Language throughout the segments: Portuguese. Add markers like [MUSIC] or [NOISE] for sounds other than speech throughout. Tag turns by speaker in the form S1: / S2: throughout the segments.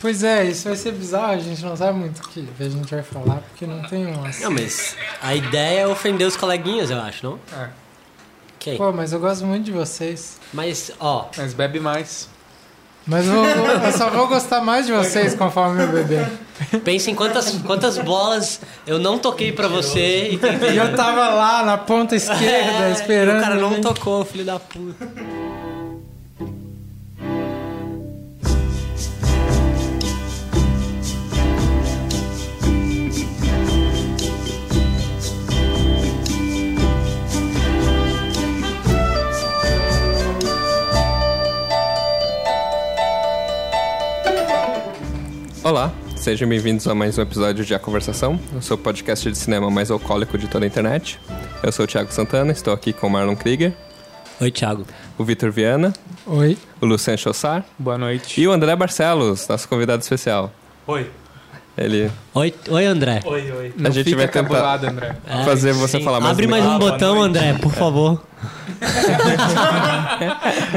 S1: Pois é, isso vai ser bizarro, a gente não sabe muito o que a gente vai falar, porque não tem um.
S2: Não, mas a ideia é ofender os coleguinhas, eu acho, não?
S3: É.
S2: Ok.
S1: Pô, mas eu gosto muito de vocês.
S2: Mas, ó,
S3: Mas bebe mais.
S1: Mas eu, eu só vou gostar mais de vocês conforme eu beber.
S2: pensa em quantas, quantas bolas eu não toquei pra você e tentei.
S1: [LAUGHS] E eu tava lá na ponta esquerda,
S2: É,
S1: esperando. né?
S2: O cara não
S1: alguém.
S2: tocou, filho da puta.
S4: Olá, sejam bem-vindos a mais um episódio de A Conversação, o seu podcast de cinema mais alcoólico de toda a internet. Eu sou o Thiago Santana, estou aqui com o Marlon Krieger,
S2: Oi, Thiago.
S4: o Vitor Viana,
S1: Oi.
S4: o Luciano Chossar
S3: Boa noite.
S4: e o André Barcelos, nosso convidado especial.
S5: Oi.
S4: Ele
S2: Oi, oi André. É,
S5: Oi, oi.
S4: a gente
S3: Fica
S4: vai tentar
S3: cabulado, André.
S4: fazer você
S2: Sim.
S4: falar mais.
S2: Abre
S4: no
S2: mais um
S5: Ah, boa
S2: botão,
S5: noite.
S2: André, por favor.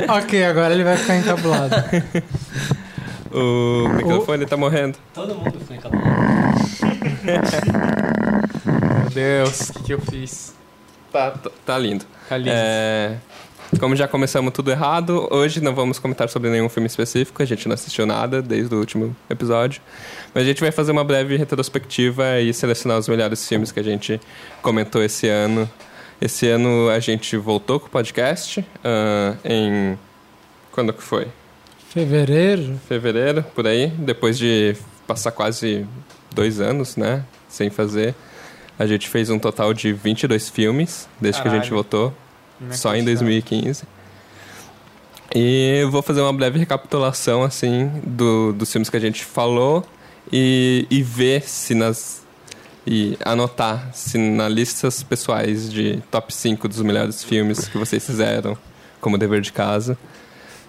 S1: Ok, agora ele vai ficar encabulado.
S4: microfone. O microfone tá morrendo.
S2: Todo mundo foi acabado.
S3: Meu Deus, o que, que eu fiz?
S4: Tá, tá- tá lindo.
S3: Tá lindo.
S4: É, como já começamos tudo errado, hoje não vamos comentar sobre nenhum filme específico, a gente não assistiu nada desde o último episódio. Mas a gente vai fazer uma breve retrospectiva e selecionar os melhores filmes que a gente comentou esse ano. Esse ano a gente voltou com o podcast ah, em. Quando que foi?
S1: Fevereiro?
S4: Fevereiro, por aí. Depois de passar quase dois anos, né? Sem fazer. A gente fez um total de 22 filmes desde que a gente
S3: Caralho.
S4: voltou.
S3: é
S4: Só em 2015. E eu vou fazer uma breve recapitulação, assim, do, dos filmes que a gente falou e, e ver se nas. E anotar se na listas pessoais de top 5 dos melhores filmes que vocês fizeram como dever de casa.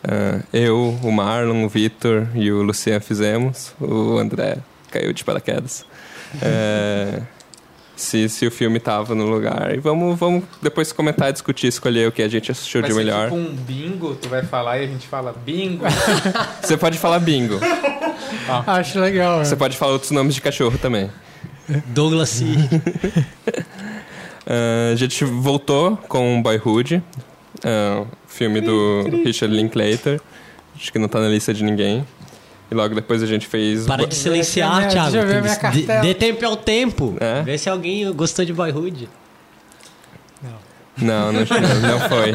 S4: Ah, eu, o Marlon, o Vitor e o Lucian fizemos. O André caiu de paraquedas. É, se, se o filme tava no lugar. E vamos, vamos depois comentar, discutir, escolher o que a gente assistiu
S3: Vai
S4: de
S3: ser
S4: melhor.
S3: Tipo um bingo, tu vai falar e a gente fala bingo. um-
S4: Você pode falar bingo.
S1: Acho legal.
S4: Você
S1: né?
S4: pode falar outros nomes de cachorro também.
S2: Douglas
S4: [LAUGHS]
S2: C.
S4: Ah, a gente voltou com Boyhood, ah, filme do Richard Linklater. Acho que não tá na lista de ninguém. E logo depois a gente fez.
S2: Para
S4: Bo-
S2: de silenciar,
S1: Deixa eu
S2: Thiago.
S1: ver minha
S2: Dê-
S1: cartela.
S2: Dê tempo ao tempo.
S4: É.
S2: Vê se alguém gostou de Boyhood.
S4: Não, não, não
S1: [LAUGHS]
S4: foi.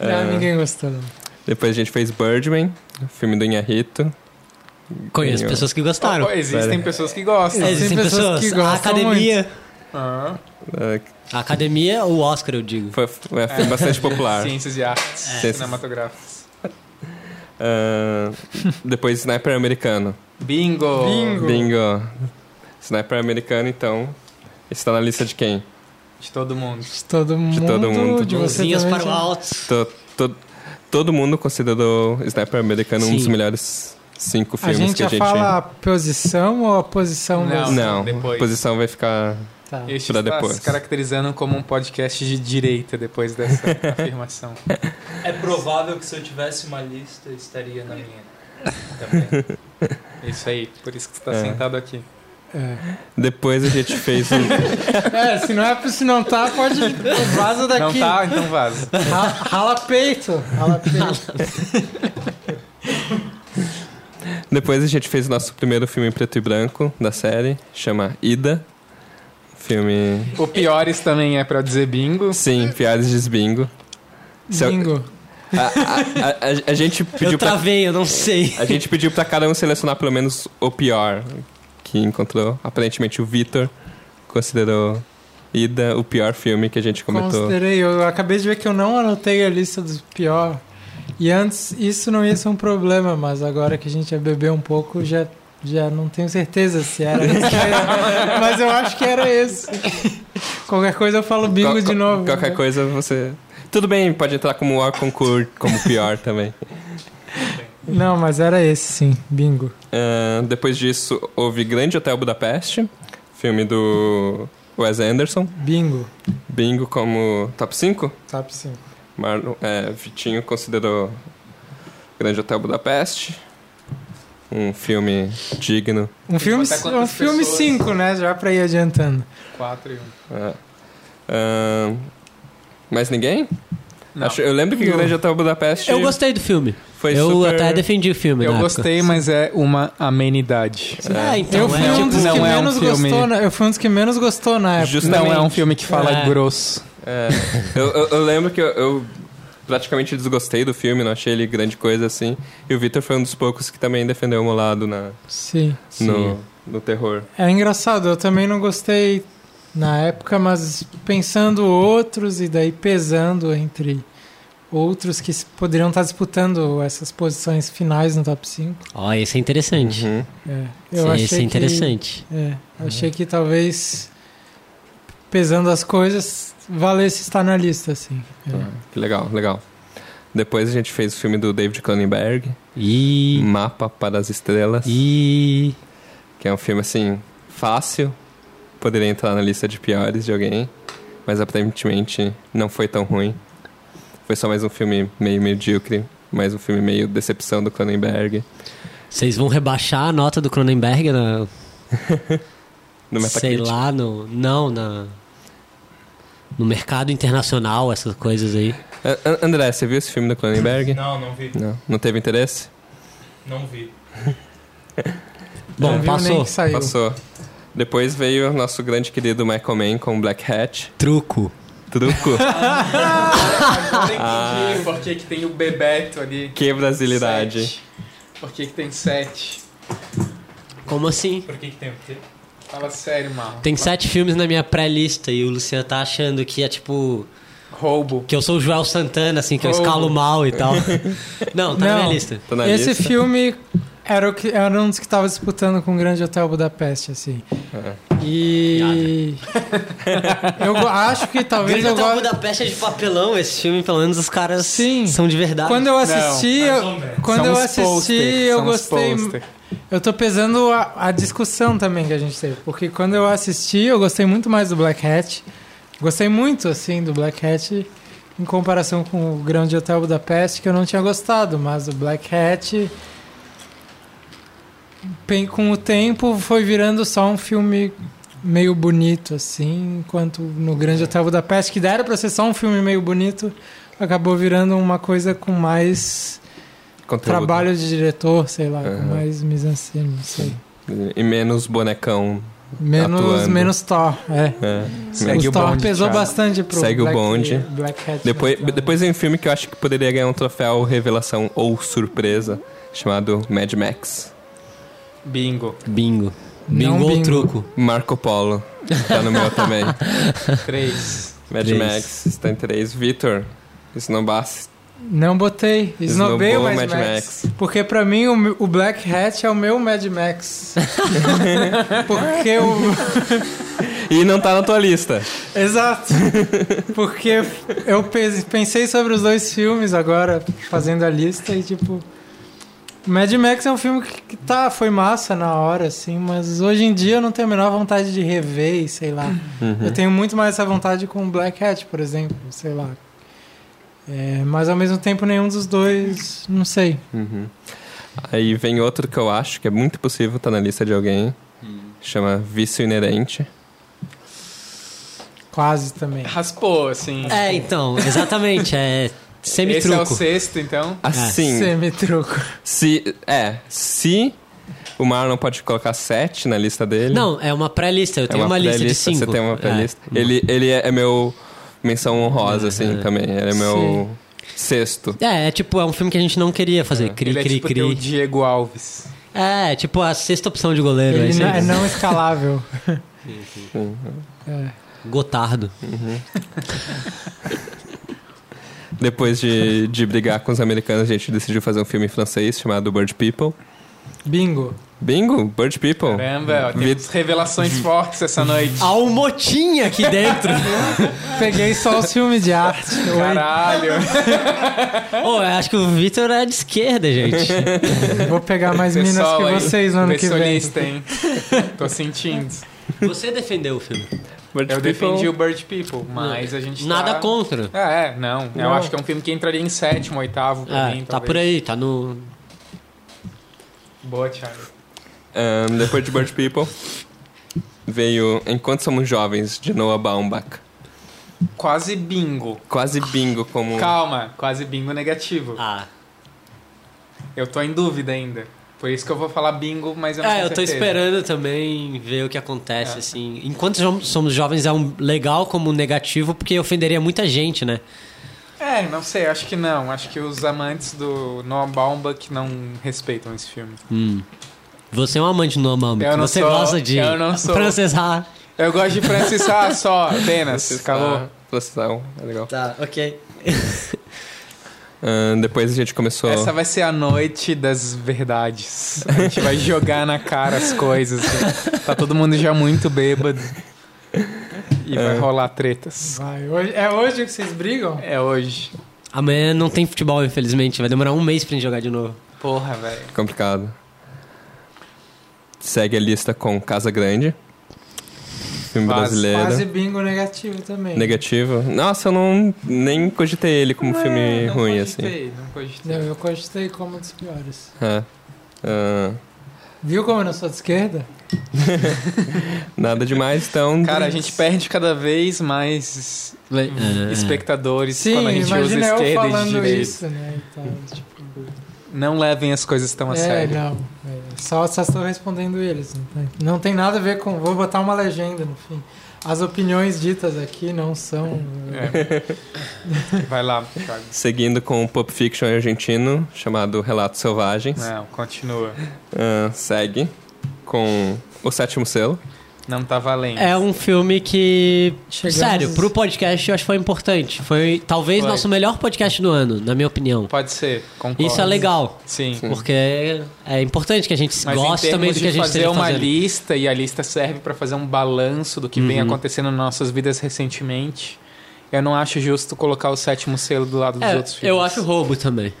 S4: É.
S1: Ah, ninguém gostou. não.
S4: Depois a gente fez Birdman, filme do Inharito.
S2: Conheço
S4: Ganhou.
S2: pessoas que gostaram.
S3: Oh, existem
S4: Sério.
S3: pessoas que gostam.
S1: É.
S2: Existem
S1: Tem pessoas
S2: pessoas.
S1: que
S2: a
S1: gostam
S2: academia.
S3: Ah,
S2: A academia ou o Oscar, eu digo.
S4: É, Foi, foi, É, foi bastante
S1: [LAUGHS]
S4: popular.
S3: É. ciências e artes
S4: É.
S3: cinematográficas.
S4: Ah, depois Sniper Americano.
S3: Bingo!
S1: Bingo.
S4: Bingo. Sniper Americano, então. Está na lista de quem?
S3: De todo mundo.
S1: De todo mundo.
S4: todo mundo.
S1: de você
S2: Mãozinhas
S1: também,
S2: para o
S1: já.
S2: alto.
S4: To- to- todo mundo considerou Sniper Americano um
S2: Sim.
S4: dos melhores cinco
S1: A
S4: filmes
S1: gente
S4: que
S1: já
S4: a gente.
S1: fala a posição ou a posição
S3: Não.
S1: mesmo?
S4: Não,
S3: Depois.
S4: a posição vai ficar.
S1: Tá.
S3: Este
S4: Pra
S3: está
S4: depois.
S3: se caracterizando como um podcast de direita depois dessa
S4: [LAUGHS]
S3: afirmação.
S5: É provável que se eu tivesse uma lista, estaria na minha.
S2: [LAUGHS]
S5: Também.
S3: É Isso aí, por isso que você tá
S4: É.
S3: sentado aqui.
S1: É.
S4: Depois a gente fez. um-
S1: É, se não é se não tá, pode
S4: [LAUGHS]
S1: vaza
S3: Não
S1: daqui.
S3: tá? Então vaza.
S1: Ra- Rala peito. Rala peito.
S4: Depois a gente fez o nosso primeiro filme em preto e branco da série, chama Ida. Filme.
S3: O piores também é pra dizer bingo.
S4: Sim, Piadas de Bingo. Se eu-
S1: Bingo.
S4: A, a- a-
S1: [LAUGHS]
S4: a gente
S2: Eu
S4: pediu pra
S2: travei, eu não sei.
S4: A gente pediu pra cada um selecionar pelo menos o pior que encontrou. Aparentemente o Vitor considerou Ida o pior filme que a gente comentou.
S1: Considerei. Eu acabei de ver que eu não anotei a lista dos pior. E antes isso não ia ser um problema, mas agora que a gente ia beber um pouco, já, já não tenho certeza se era esse. que era. mas eu acho que era esse. Qualquer coisa eu falo bingo
S4: Qual-
S1: de
S4: qual-
S1: novo. né?
S4: Qualquer coisa você. Tudo bem, pode entrar como o concurso, como pior também.
S1: Não, mas era esse sim, bingo.
S4: Ah, depois disso, houve Grande Hotel Budapeste, filme do Wes Anderson.
S1: Bingo.
S4: Bingo como top 5?
S1: Top 5.
S4: Marlon, é, Vitinho considerou Grande Hotel Budapeste. Um filme digno.
S1: Um filme,
S3: botar
S1: um
S3: quantas
S1: filme
S3: pessoas?
S1: 5, né? Já pra ir adiantando.
S3: Quatro e um.
S4: É. Ahn, mais ninguém?
S3: Não.
S4: Acho- eu lembro que
S2: Não.
S4: Grande Hotel Budapeste
S2: Eu gostei do filme.
S4: foi
S2: eu
S4: super...
S2: até defendi o filme.
S3: Eu
S2: na
S3: gostei, mas é uma amenidade.
S2: Época. Ah, então
S1: eu
S2: é.
S1: fui um
S3: tipo,
S1: dos
S3: não
S1: que
S3: é um
S1: menos
S3: filme-
S1: gostou, na, eu fui um dos que menos gostou na época.
S4: Justamente.
S3: Não é um filme que fala
S2: É.
S3: [LAUGHS] grosso.
S4: É. Eu, eu- eu lembro que eu, eu praticamente desgostei do filme, não achei ele grande coisa assim. E o Victor foi um dos poucos que também defendeu o meu lado na,
S1: Sim.
S4: no, no terror.
S1: É engraçado, eu também não gostei na época, mas pensando outros e daí pesando entre outros que s- poderiam estar disputando essas posições finais no top 5.
S2: Ó, esse é interessante.
S4: Uhum.
S1: É, eu
S2: Esse-
S1: achei
S2: esse é
S1: que-
S2: interessante. Uhum.
S1: é, achei que talvez pesando as coisas valesse estar na lista, assim.
S2: Tá.
S1: É.
S4: Que legal, legal. Depois a gente fez o filme do David Cronenberg,
S2: E.
S4: Mapa para as Estrelas,
S2: E.
S4: que é um filme assim fácil, poderia entrar na lista de piores de alguém, mas aparentemente não foi tão ruim. Foi só mais um filme meio medíocre, mais um filme meio decepção do Cronenberg
S2: Vocês vão rebaixar a nota do Cronenberg na.
S4: no
S2: sei
S4: Metacritic.
S2: lá, no. Não, na. No mercado internacional, essas coisas aí.
S4: A- A- André, você viu esse filme do Cronenberg?
S5: Não, não vi.
S4: Não. Não teve interesse?
S5: Não vi.
S1: Não
S2: Bom,
S1: viu nem
S2: passou.
S1: que saiu.
S4: Passou. Depois veio o nosso grande querido Michael Mann com Black Hat.
S2: Truco.
S4: Truco.
S3: Eu entendi por que, que tem o Bebeto ali.
S4: que brasilidade.
S3: Sete. Por que, que tem sete?
S2: Como assim?
S5: Por que, que tem o quê?
S3: Fala sério, Marlon.
S2: Tem sete filmes na minha pré-lista e o Luciano tá achando que é tipo.
S3: Roubo.
S2: Que eu sou o Joel Santana, assim, que eu
S3: Oh.
S2: escalo mal e tal. Não, tá na
S1: Não.
S2: minha lista.
S4: Tô na
S1: Esse
S4: lista.
S1: filme era, o que, era um dos que estava disputando com o Grande Hotel Budapeste, assim.
S4: É.
S1: E. [LAUGHS] eu go- acho que talvez
S2: Grande
S1: eu
S2: Hotel
S1: goste.
S2: Budapeste é de papelão, esse filme, pelo menos os caras
S1: Sim.
S2: são de verdade.
S1: Quando eu assisti,
S5: mais
S1: eu-
S5: ou menos.
S1: quando
S3: São
S1: eu
S3: os
S1: assisti,
S3: poster,
S1: eu
S3: são os
S1: gostei.
S3: poster.
S1: Eu tô pesando a, a discussão também que a gente teve. Porque quando eu assisti, eu gostei muito mais do Black Hat. Gostei muito, assim, do Black Hat em comparação com o Grande Hotel Budapeste, que eu não tinha gostado. Mas o Black Hat, bem, com o tempo, foi virando só um filme meio bonito, assim. Enquanto no Grande Hotel Budapeste, que era pra ser só um filme meio bonito, acabou virando uma coisa com mais
S4: Conteúdo.
S1: trabalho de diretor, sei lá, com
S4: Aham.
S1: mais mise-en-scène, não sei.
S4: E menos bonecão.
S1: Menos,
S4: Atuando.
S1: menos Thor, é.
S4: É.
S3: Segue
S1: o
S3: o
S1: Thor
S3: bonde,
S1: pesou
S3: Thiago.
S1: bastante pro
S4: Segue o
S1: Black,
S4: bonde.
S1: Black Hat. né,
S4: Depois,
S1: mas,
S4: depois vem um filme que eu acho que poderia ganhar um troféu revelação ou surpresa, chamado Mad Max.
S3: Bingo.
S2: Bingo.
S1: Não
S2: Bingo ou
S1: bingo.
S2: truco?
S4: Marco Polo. Tá no meu também. [LAUGHS]
S3: Três.
S4: Mad
S2: Três.
S4: Max está em três. Vitor, isso não basta.
S1: Não botei, esnobei o
S4: Esnobou
S1: Mad, Max. Porque pra mim o, meu- o Black Hat é o meu Mad
S4: [LAUGHS]
S1: Max. Porque o...
S4: E não tá na tua lista.
S1: Exato. Porque eu pe- pensei sobre os dois filmes agora, fazendo a lista, e tipo. Mad Max é um filme que que tá, foi massa na hora, assim, mas hoje em dia eu não tenho a menor vontade de rever, e sei lá. Eu tenho muito mais essa vontade com Black Hat, por exemplo, sei lá. É, mas ao mesmo tempo nenhum dos dois, não sei.
S4: Uhum. Aí vem outro que eu acho que é muito possível tá na lista de alguém. Chama Vício Inerente.
S1: Quase também.
S3: Raspou, assim.
S2: É, então, exatamente, é
S3: Esse é o
S2: semitruco.
S3: sexto, então.
S4: Assim,
S1: Semitruco.
S4: se... É, se o Mar não pode colocar sete na lista dele...
S2: Não, é uma pré-lista, eu tenho uma, lista de
S4: playlist,
S2: cinco.
S4: Você tem uma playlist.
S2: É.
S4: Ele, ele é, é meu menção honrosa, assim,
S2: é.
S4: também. Ele é meu sexto.
S2: É, é tipo, é um filme que a gente não queria fazer. Cri,
S3: Ele é
S2: cri,
S3: tipo
S2: cri.
S3: teu Diego Alves.
S2: É, tipo a sexta opção de goleiro. é
S1: Ele
S2: isso
S1: não,
S2: aí.
S1: é não escalável.
S2: Gotardo.
S4: Depois de, de brigar com os americanos, a gente decidiu fazer um filme em francês chamado Bird People.
S1: Bingo.
S4: Bingo, Bird People.
S3: Caramba, ó, temos revelações fortes essa noite.
S2: Há um motim aqui [LAUGHS] dentro.
S1: Peguei só os filmes de arte. Oi.
S3: Caralho.
S2: Ô, eu acho que o Vitor é de esquerda, gente.
S1: Vou pegar mais minas
S3: Pessoal,
S1: que
S3: hein? [LAUGHS]
S1: vocês no ano que vem.
S3: Pessoalista, hein? Tô sentindo.
S2: Você defendeu o filme.
S4: Bird
S3: Eu
S4: People-
S3: defendi o Bird People, mas a gente
S2: Nada
S3: tá...
S2: contra.
S3: Ah, é, não. Eu
S1: Não.
S3: acho que é um filme que entraria em sétimo, oitavo, pra
S2: É,
S3: mim,
S2: tá
S3: talvez.
S2: por aí, tá no.
S3: Boa, Thiago.
S4: Ahn, depois de Bird People, veio Enquanto Somos Jovens, de Noah Baumbach.
S3: Quase bingo.
S4: Quase bingo como...
S3: Calma, quase bingo negativo.
S2: Ah.
S3: Eu tô em dúvida ainda. Por isso que eu vou falar bingo, mas eu não
S2: É,
S3: tenho
S2: eu tô
S3: certeza.
S2: esperando também ver o que acontece,
S3: É.
S2: assim. Enquanto jo- somos jovens é um legal como negativo, porque ofenderia muita gente, né?
S3: É, não sei, acho que não. Acho que os amantes do Noah Baumbach não respeitam esse filme.
S2: Hum. Você é um amante do Noam Baumbach.
S3: Eu não
S2: Você
S3: sou,
S2: gosta de ah,
S3: eu não sou.
S2: Frances Ha.
S3: Eu gosto de Francis Ha só, apenas.
S4: Processar-
S3: Calou.
S4: processar, é legal.
S2: Tá, ok.
S4: Ahn, depois a gente começou...
S3: Essa vai ser a noite das verdades. A gente vai jogar na cara as coisas. Tá todo mundo já muito bêbado. E
S4: É.
S3: vai rolar tretas.
S1: Vai, hoje- é hoje que vocês brigam?
S3: É hoje.
S2: Amanhã não tem futebol, infelizmente. Vai demorar um mês pra gente jogar de novo.
S3: Porra, velho.
S4: Complicado. Segue a lista com Casa Grande. Filme
S3: Quase-
S4: brasileiro.
S1: Quase
S3: né?
S1: bingo negativo também.
S4: Negativo. Nossa, eu não nem cogitei ele como filme
S3: É, não
S4: ruim, assim.
S3: cogitei, Não
S1: Não,
S3: cogitei.
S1: eu cogitei como um dos piores.
S4: É. Ah,
S1: Viu como eu não sou de esquerda?
S4: nada demais,
S3: [LAUGHS]
S4: então.
S3: Cara, a gente perde cada vez mais le-
S2: É.
S3: espectadores
S1: Sim,
S3: quando a gente usa
S1: imagina eu
S3: esquerda e
S1: falando
S3: direita.
S1: isso, né? Então, tipo,
S3: Não levem as coisas tão a
S1: é,
S3: sério.
S1: não. é, só, só estou respondendo eles. Não tem, não tem nada a ver com. Vou botar uma legenda no fim. As opiniões ditas aqui não são.
S3: É. Vai lá, Thiago.
S4: Seguindo com o Pop Fiction argentino, chamado Relatos Selvagens.
S3: Não, continua.
S4: Ah, segue com O Sétimo Selo.
S3: Não tá valendo.
S2: É um filme que.
S1: Chegamos-
S2: Sério, pro podcast eu acho que foi importante. Foi talvez
S3: Foi.
S2: nosso melhor podcast do ano, na minha opinião.
S3: Pode ser, concordo.
S2: Isso é legal.
S3: Sim.
S2: Porque é importante que a gente
S3: Mas em
S2: goste
S3: termos
S2: também do que
S3: de
S2: a gente
S3: fazer
S2: esteja
S3: uma
S2: fazendo.
S3: lista e a lista serve pra fazer um balanço do que vem
S2: Uhum.
S3: acontecendo nas nossas vidas recentemente. Eu não acho justo colocar o sétimo selo do lado dos
S2: É,
S3: outros filmes.
S2: eu acho roubo também.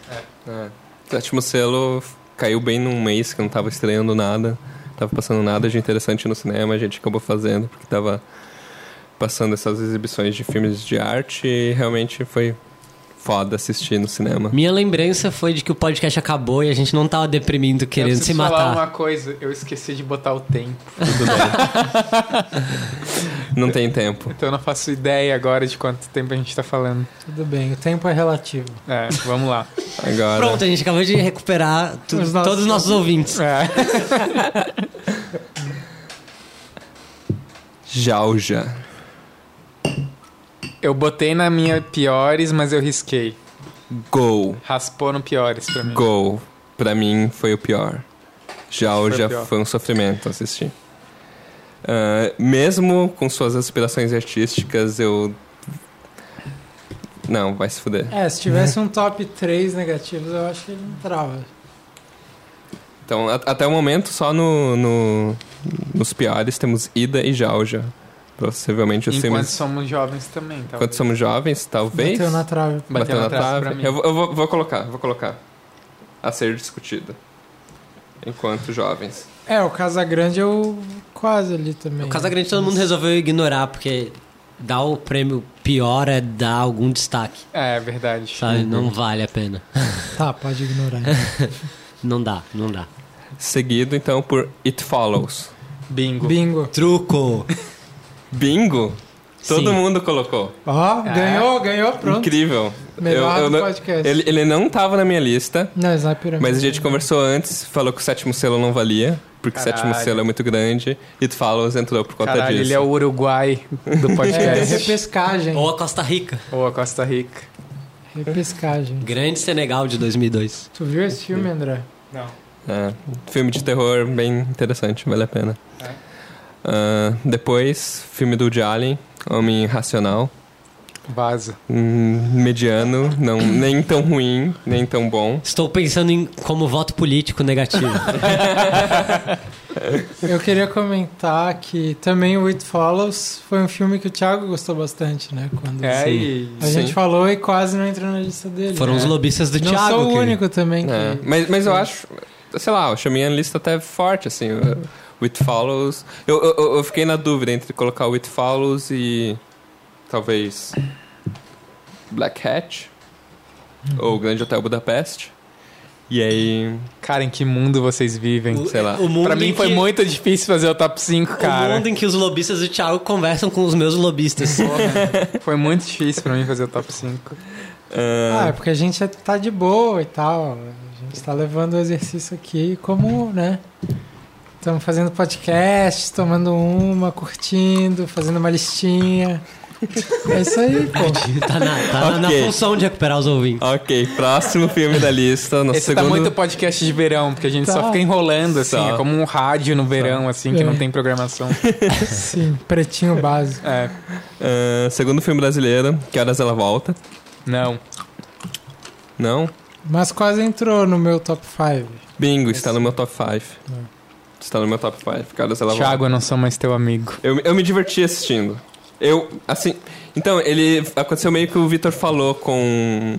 S4: É. O Sétimo Selo caiu bem num mês que eu não tava estreando nada. Tava passando nada de interessante no cinema. A gente acabou fazendo porque tava passando essas exibições de filmes de arte e realmente foi foda assistir no cinema.
S2: Minha lembrança foi de que o podcast acabou e a gente não tava deprimindo,
S3: eu
S2: querendo
S3: preciso
S2: se
S3: falar
S2: matar.
S3: uma coisa, eu esqueci de botar o tempo.
S4: [LAUGHS] Tudo bem. não tem tempo.
S3: Então eu não faço ideia agora de quanto tempo a gente tá falando.
S1: Tudo bem, o tempo é relativo.
S3: É,
S2: [LAUGHS]
S3: vamos lá.
S4: Agora.
S2: Pronto, a gente acabou de recuperar tu-
S1: Os nossos-
S2: todos os nossos ouvintes.
S3: É.
S4: Jauja.
S3: Eu botei na minha piores, mas eu risquei.
S4: Go.
S3: Raspou no piores pra mim.
S4: Go. Pra mim foi o pior.
S3: Foi
S4: Jauja
S3: o pior.
S4: foi um sofrimento assistir. Ah, mesmo com suas aspirações artísticas, eu. Não, vai se fuder.
S1: É, se tivesse
S2: [LAUGHS]
S1: um top 3 negativos, eu acho que ele entrava.
S4: Então, a- até o momento, só no, no- nos piores temos Ida e Jauja. Possivelmente os
S3: Enquanto
S4: filmes.
S3: somos jovens também, tá?
S4: Enquanto somos jovens, talvez.
S1: Bateu na trave.
S4: Bateu na trave.
S3: pra mim.
S4: Eu, vou- eu vou, vou colocar, vou colocar. A ser discutida. Enquanto jovens.
S1: É, o Casagrande eu quase ali também.
S2: É, O Casagrande todo mundo resolveu ignorar, porque dar o prêmio pior é dar algum destaque,
S3: É, verdade.
S2: sabe? Não vale a pena.
S1: Tá, pode ignorar.
S2: Não dá, não dá.
S4: Seguido, então, por It Follows.
S3: Bingo.
S1: Bingo.
S2: Truco!
S4: Bingo? Todo
S2: Sim.
S4: mundo colocou.
S1: Ó, ganhou, ganhou, pronto.
S4: Incrível.
S1: Melhor
S4: Eu- eu
S1: do
S4: não-
S1: podcast.
S4: Ele, ele não tava na minha lista,
S1: Não, isso é pirâmide.
S4: mas a gente conversou antes, falou que o sétimo selo não valia, porque o sétimo
S3: Caralho.
S4: selo é muito grande. It Follows entrou por conta
S3: Caralho,
S4: disso.
S3: ele é o Uruguai do
S1: É,
S3: podcast.
S1: repescagem.
S2: Ou a Costa Rica.
S3: Ou a Costa Rica.
S1: Repescagem.
S2: Grande Senegal de 2002.
S1: Tu viu esse filme, André?
S3: Não.
S4: É, filme de terror bem interessante, vale a pena.
S3: É.
S4: Ah, depois, filme do Woody Allen, Homem Racional.
S3: Vaza.
S4: Mediano, não, nem tão ruim, nem tão bom.
S2: Estou pensando em como voto político negativo.
S1: Eu queria comentar que também o It Follows foi um filme que o Thiago gostou bastante, né? Quando
S3: É,
S2: Sim.
S3: e...
S1: a gente
S4: sim.
S1: falou e quase não entrou na lista dele.
S2: Foram os
S1: É.
S2: lobistas do
S1: Não
S2: Thiago.
S1: sou o
S2: que-
S1: único também que...
S4: É, mas, mas eu acho, sei lá, eu achei a minha lista até forte, assim. eu- With Follows. Eu, eu- eu, eu fiquei na dúvida entre colocar With Follows e. talvez. Black Hat.
S3: Hum.
S4: Ou Grande Hotel Budapeste. E aí.
S3: Cara, em que mundo vocês vivem?
S2: O-
S4: sei lá.
S2: O mundo
S3: Pra
S2: em
S3: mim foi
S2: que-
S3: muito difícil fazer o top 5,
S2: O
S3: cara.
S2: mundo em que os lobistas do Thiago conversam com os meus lobistas.
S3: Foi muito difícil pra mim fazer o top 5.
S1: Ah, é porque a gente tá de boa e tal. A gente tá levando o exercício aqui como, né? Estamos fazendo podcast, tomando uma, curtindo, fazendo uma listinha. É isso aí, pô.
S2: tá na, tá na- na
S4: Ok.
S2: função de recuperar os ouvintes.
S4: ah, Ok, próximo filme da lista. Nosso
S3: Esse
S4: segundo.
S3: tá muito podcast de verão, porque a gente só
S1: Tá.
S3: fica enrolando, assim.
S4: Tá.
S3: É como um rádio no verão, assim, que
S1: É.
S3: não tem programação.
S1: Sim, pretinho básico.
S3: É,
S4: Ah, segundo filme brasileiro, Que Horas Ela Volta.
S3: não.
S4: Não?
S1: Mas quase entrou no meu top 5.
S4: Bingo, está no meu top 5. Está no meu top 5, Que Horas Ela Volta.
S3: Hum. Thiago, eu não sou mais teu amigo.
S4: Eu, eu me diverti assistindo. Eu, assim. Então, ele. Aconteceu meio que o Vitor falou com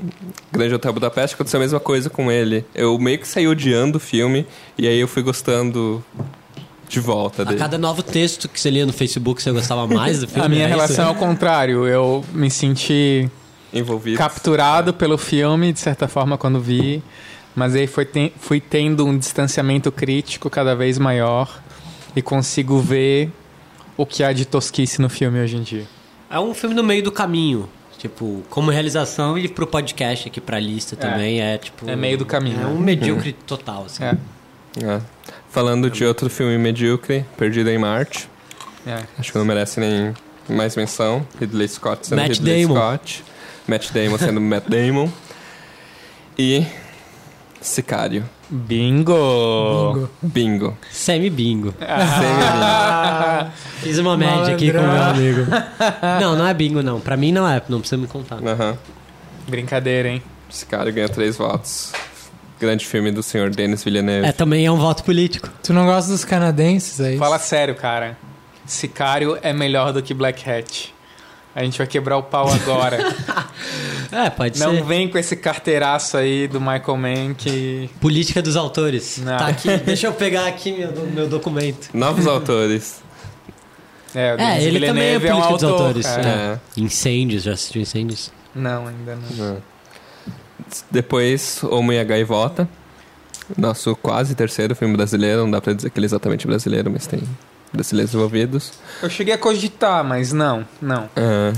S4: Grande Hotel Budapeste, aconteceu a mesma coisa com ele. Eu meio que saí odiando o filme, e aí eu fui gostando de volta
S2: A
S4: dele.
S2: cada novo texto que você lia no Facebook, você gostava mais do
S4: Ah,
S2: filme?
S3: [LAUGHS] A minha
S2: é isso?
S3: relação é ao
S4: né?
S3: contrário. Eu me senti
S4: Envolvido.
S3: capturado pelo filme, de certa forma, quando vi. Mas aí foi ten- fui tendo um distanciamento crítico cada vez maior e consigo ver o que há de tosquice no filme hoje em dia.
S2: É um filme no meio do caminho. Tipo, como realização e pro podcast aqui, pra lista também, é tipo...
S3: É meio do caminho,
S2: É
S3: né?
S2: um medíocre total, assim.
S3: É,
S4: É. Falando de outro filme medíocre, Perdido em Marte.
S3: é.
S4: Acho que não merece nem mais menção. Ridley Scott sendo
S2: Matt
S4: Ridley
S2: Damon.
S4: Scott. Matt Damon sendo Matt Damon. E. Sicário.
S3: Bingo!
S1: Bingo.
S4: Bingo.
S2: Semi-bingo.
S4: Semi-bingo.
S2: Fiz uma [LAUGHS] média Ah, aqui com o meu amigo. Não, não é bingo, não. Pra mim não é, não precisa me contar.
S4: Aham.
S3: Brincadeira, hein?
S4: Esse cara ganha três votos. Grande filme do senhor Denis Villeneuve.
S2: É, também é um voto político.
S1: Tu não gosta dos canadenses, é isso?
S3: Fala sério, cara. Sicário é melhor do que Black Hat. A gente vai quebrar o pau [LAUGHS] agora.
S2: É, pode
S3: não
S2: ser.
S3: vem com esse carteiraço aí do Michael Mann que.
S2: Política dos autores.
S3: Não.
S2: Tá aqui. Deixa eu pegar aqui meu, do- meu documento.
S4: Novos autores.
S3: É, o
S2: É,
S3: Denis
S2: ele também é
S3: Villeneuve um
S2: político dos
S3: autor,
S2: autores,
S3: cara.
S2: né?
S4: É.
S2: Incêndios, já assistiu Incêndios?
S3: Não, ainda não.
S4: É. Depois, Homem e a Gaivota. Nosso quase terceiro filme brasileiro. Não dá pra dizer que ele é exatamente brasileiro, mas tem brasileiros envolvidos.
S3: Eu cheguei a cogitar, mas não, não,
S4: Ah,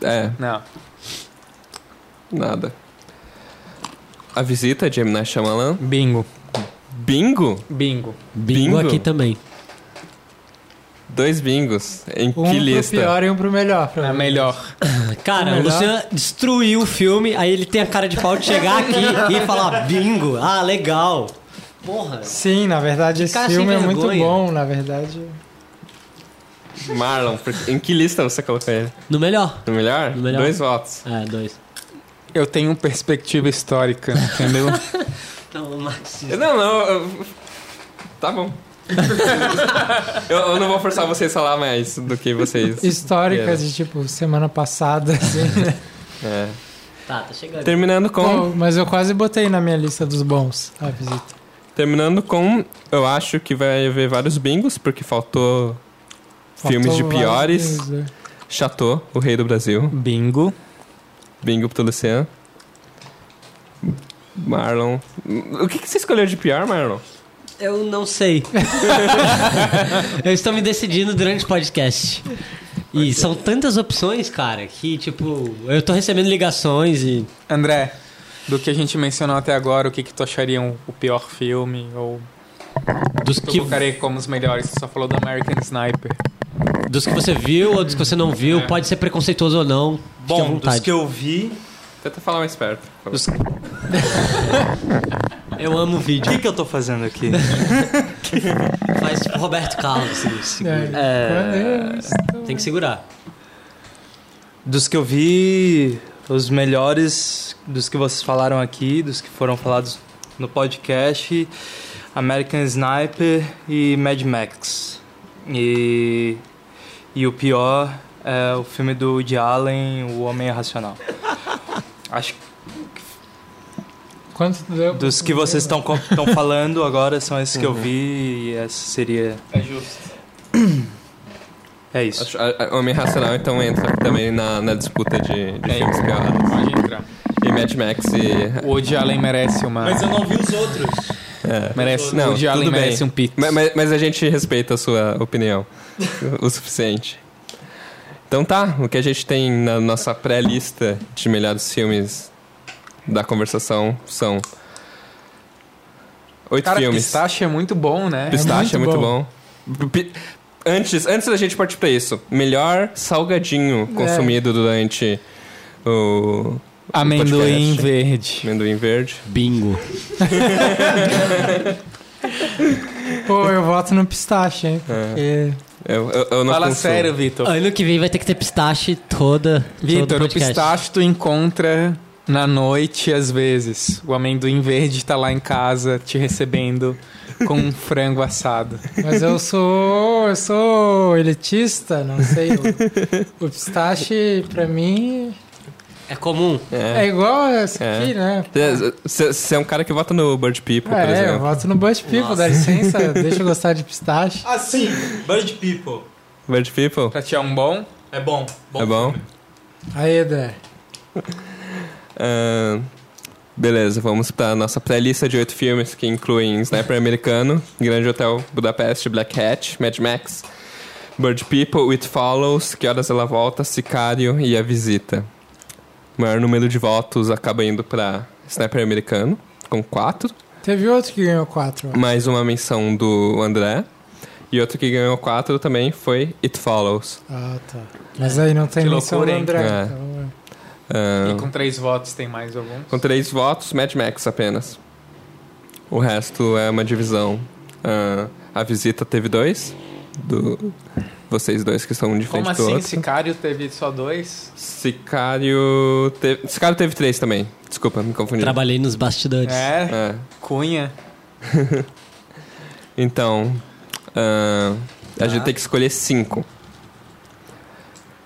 S4: é,
S3: não.
S4: nada. A Visita, de M. Night Shyamalan.
S3: Bingo,
S4: Bingo?
S3: bingo.
S2: Bingo,
S4: Bingo?
S2: aqui também.
S4: Dois bingos. Em
S1: Um
S4: que
S1: pro
S4: lista?
S1: pior e um pro melhor. pra
S3: É
S1: mim.
S3: melhor.
S2: Cara, o
S1: Melhor.
S2: Luciano destruiu o filme, aí ele tem a cara de pau de chegar aqui e falar bingo. Ah, legal. Porra.
S1: Sim, na verdade, esse
S2: cara sem
S1: filme é muito
S2: vergonha.
S1: bom, na verdade.
S4: Marlon, por- em que lista você colocou ele?
S2: No melhor.
S4: No melhor?
S2: No melhor.
S4: Dois votos.
S2: É, dois.
S3: Eu tenho perspectiva histórica,
S5: [LAUGHS]
S3: entendeu?
S2: Não, Max.
S4: Não, não. eu-
S1: [LAUGHS]
S4: Tá bom. eu, eu não vou forçar vocês a falar mais do que vocês.
S1: Histórica
S4: queiram.
S1: de, tipo, semana passada, assim.
S4: É.
S2: Tá, tá chegando.
S4: Terminando com.
S1: Pô, mas eu quase botei na minha lista dos bons a visita.
S4: Terminando com. Eu acho que vai haver vários bingos, porque faltou. Filmes de
S1: Faltou vários
S4: piores.
S1: filmes, né?
S4: Chateau, o Rei do Brasil.
S3: bingo.
S4: Bingo pro Luciano. Marlon. O que, que você escolheu de pior, Marlon?
S2: Eu não sei. [LAUGHS] eu estou me decidindo durante o podcast. E são tantas opções, cara, que, tipo, eu tô recebendo ligações e.
S3: André, do que a gente mencionou até agora, o que, que tu acharia um- o pior filme? Ou
S2: Dos
S3: tu
S2: que,
S3: colocaria como os melhores? Tu só falou do American Sniper.
S2: dos que você viu ou dos que você não viu,
S3: É.
S2: pode ser preconceituoso ou não. fique à
S5: Bom, dos
S2: vontade.
S5: que eu vi,
S4: Tenta falar mais perto. por favor.
S2: Dos- Eu amo o
S5: o
S2: vídeo.
S5: que, que eu tô fazendo aqui?
S2: Faz tipo Roberto Carlos. assim, segura.
S1: É,
S2: Tem que segurar.
S5: [LAUGHS] Dos que eu vi, os melhores dos que vocês falaram aqui, dos que foram falados no podcast, American Sniper e Mad Max. E, e o pior é o filme do Woody Allen, O Homem Irracional. Acho que
S1: quando Quanto deu?
S5: Dos que vocês estão co- estão falando agora são esses que eu vi e essa seria.
S3: É justo.
S5: É isso.
S4: Acho- a- a- Homem Racional então entra também na, na disputa de,
S1: É
S4: de filmes piores.
S3: É Pode entrar.
S4: E Mad Max e.
S3: O Woody Allen merece uma.
S6: Mas eu não vi os outros.
S4: É.
S3: merece,
S4: Não,
S3: o Woody Allen
S4: tudo bem.
S3: merece um pit.
S4: Ma- ma- Mas, a gente respeita a sua opinião o suficiente. Então tá, o que a gente tem na nossa pré-lista de melhores filmes da conversação são oito
S3: Cara,
S4: filmes.
S3: pistache é muito bom, né?
S4: Pistache é muito,
S1: muito
S4: bom. Pi- Antes, antes da gente partir pra isso, melhor salgadinho
S3: É.
S4: consumido durante o
S3: Amendoim
S4: Podcast.
S3: verde.
S4: amendoim verde.
S2: Bingo.
S1: Pô, eu voto no pistache, hein? Porque.
S4: É, Eu, eu- eu não
S3: Fala
S4: consumo.
S3: sério, Vitor.
S2: Ano que vem vai ter que ter pistache toda. todo
S3: Vitor, o
S2: podcast.
S3: pistache tu encontra na noite às vezes. O amendoim verde tá lá em casa te recebendo com um frango assado.
S1: Mas eu sou. Eu sou elitista, não sei. O, o pistache, pra mim,
S2: É comum.
S1: é,
S4: É.
S1: igual esse aqui, né?
S4: Você é um cara que vota no Bird People, por
S1: É, eu
S4: exemplo.
S1: voto no Bush People, dá licença, deixa eu gostar de
S3: [LAUGHS]
S1: pistache.
S6: Assim,
S5: Bird People.
S4: Bird People?
S3: Pra ti é um bom?
S5: É bom.
S4: é bom?
S1: Aí, André.
S4: Ah, beleza, vamos pra nossa playlist de oito filmes que incluem Sniper Americano, Grande Hotel Budapeste, Black Hat, Mad Max, Bird People, It Follows, Que Horas Ela Volta, Sicário e A Visita. O maior número de votos acaba indo pra Sniper Americano, com quatro.
S1: Teve outro que ganhou quatro. ó.
S4: Mais uma menção do André. E outro que ganhou quatro também foi It Follows.
S1: Ah, tá. Mas aí não tem
S3: Que
S1: menção do
S3: loucura, hein?
S1: André.
S4: É.
S1: então, é.
S4: Ah,
S3: E com três votos tem mais algum?
S4: Com três votos, Mad Max apenas. O resto é uma divisão. Ah, a visita teve dois. Do... Vocês dois que estão um de frente
S3: Como
S4: do
S3: assim?
S4: outro.
S3: Sicário teve só dois?
S4: Sicário. Teve... Sicário teve três também. Desculpa, me confundi.
S2: Trabalhei nos bastidores.
S3: É,
S4: É.
S3: cunha.
S4: Então. ah, a
S3: Tá.
S4: gente tem que escolher cinco.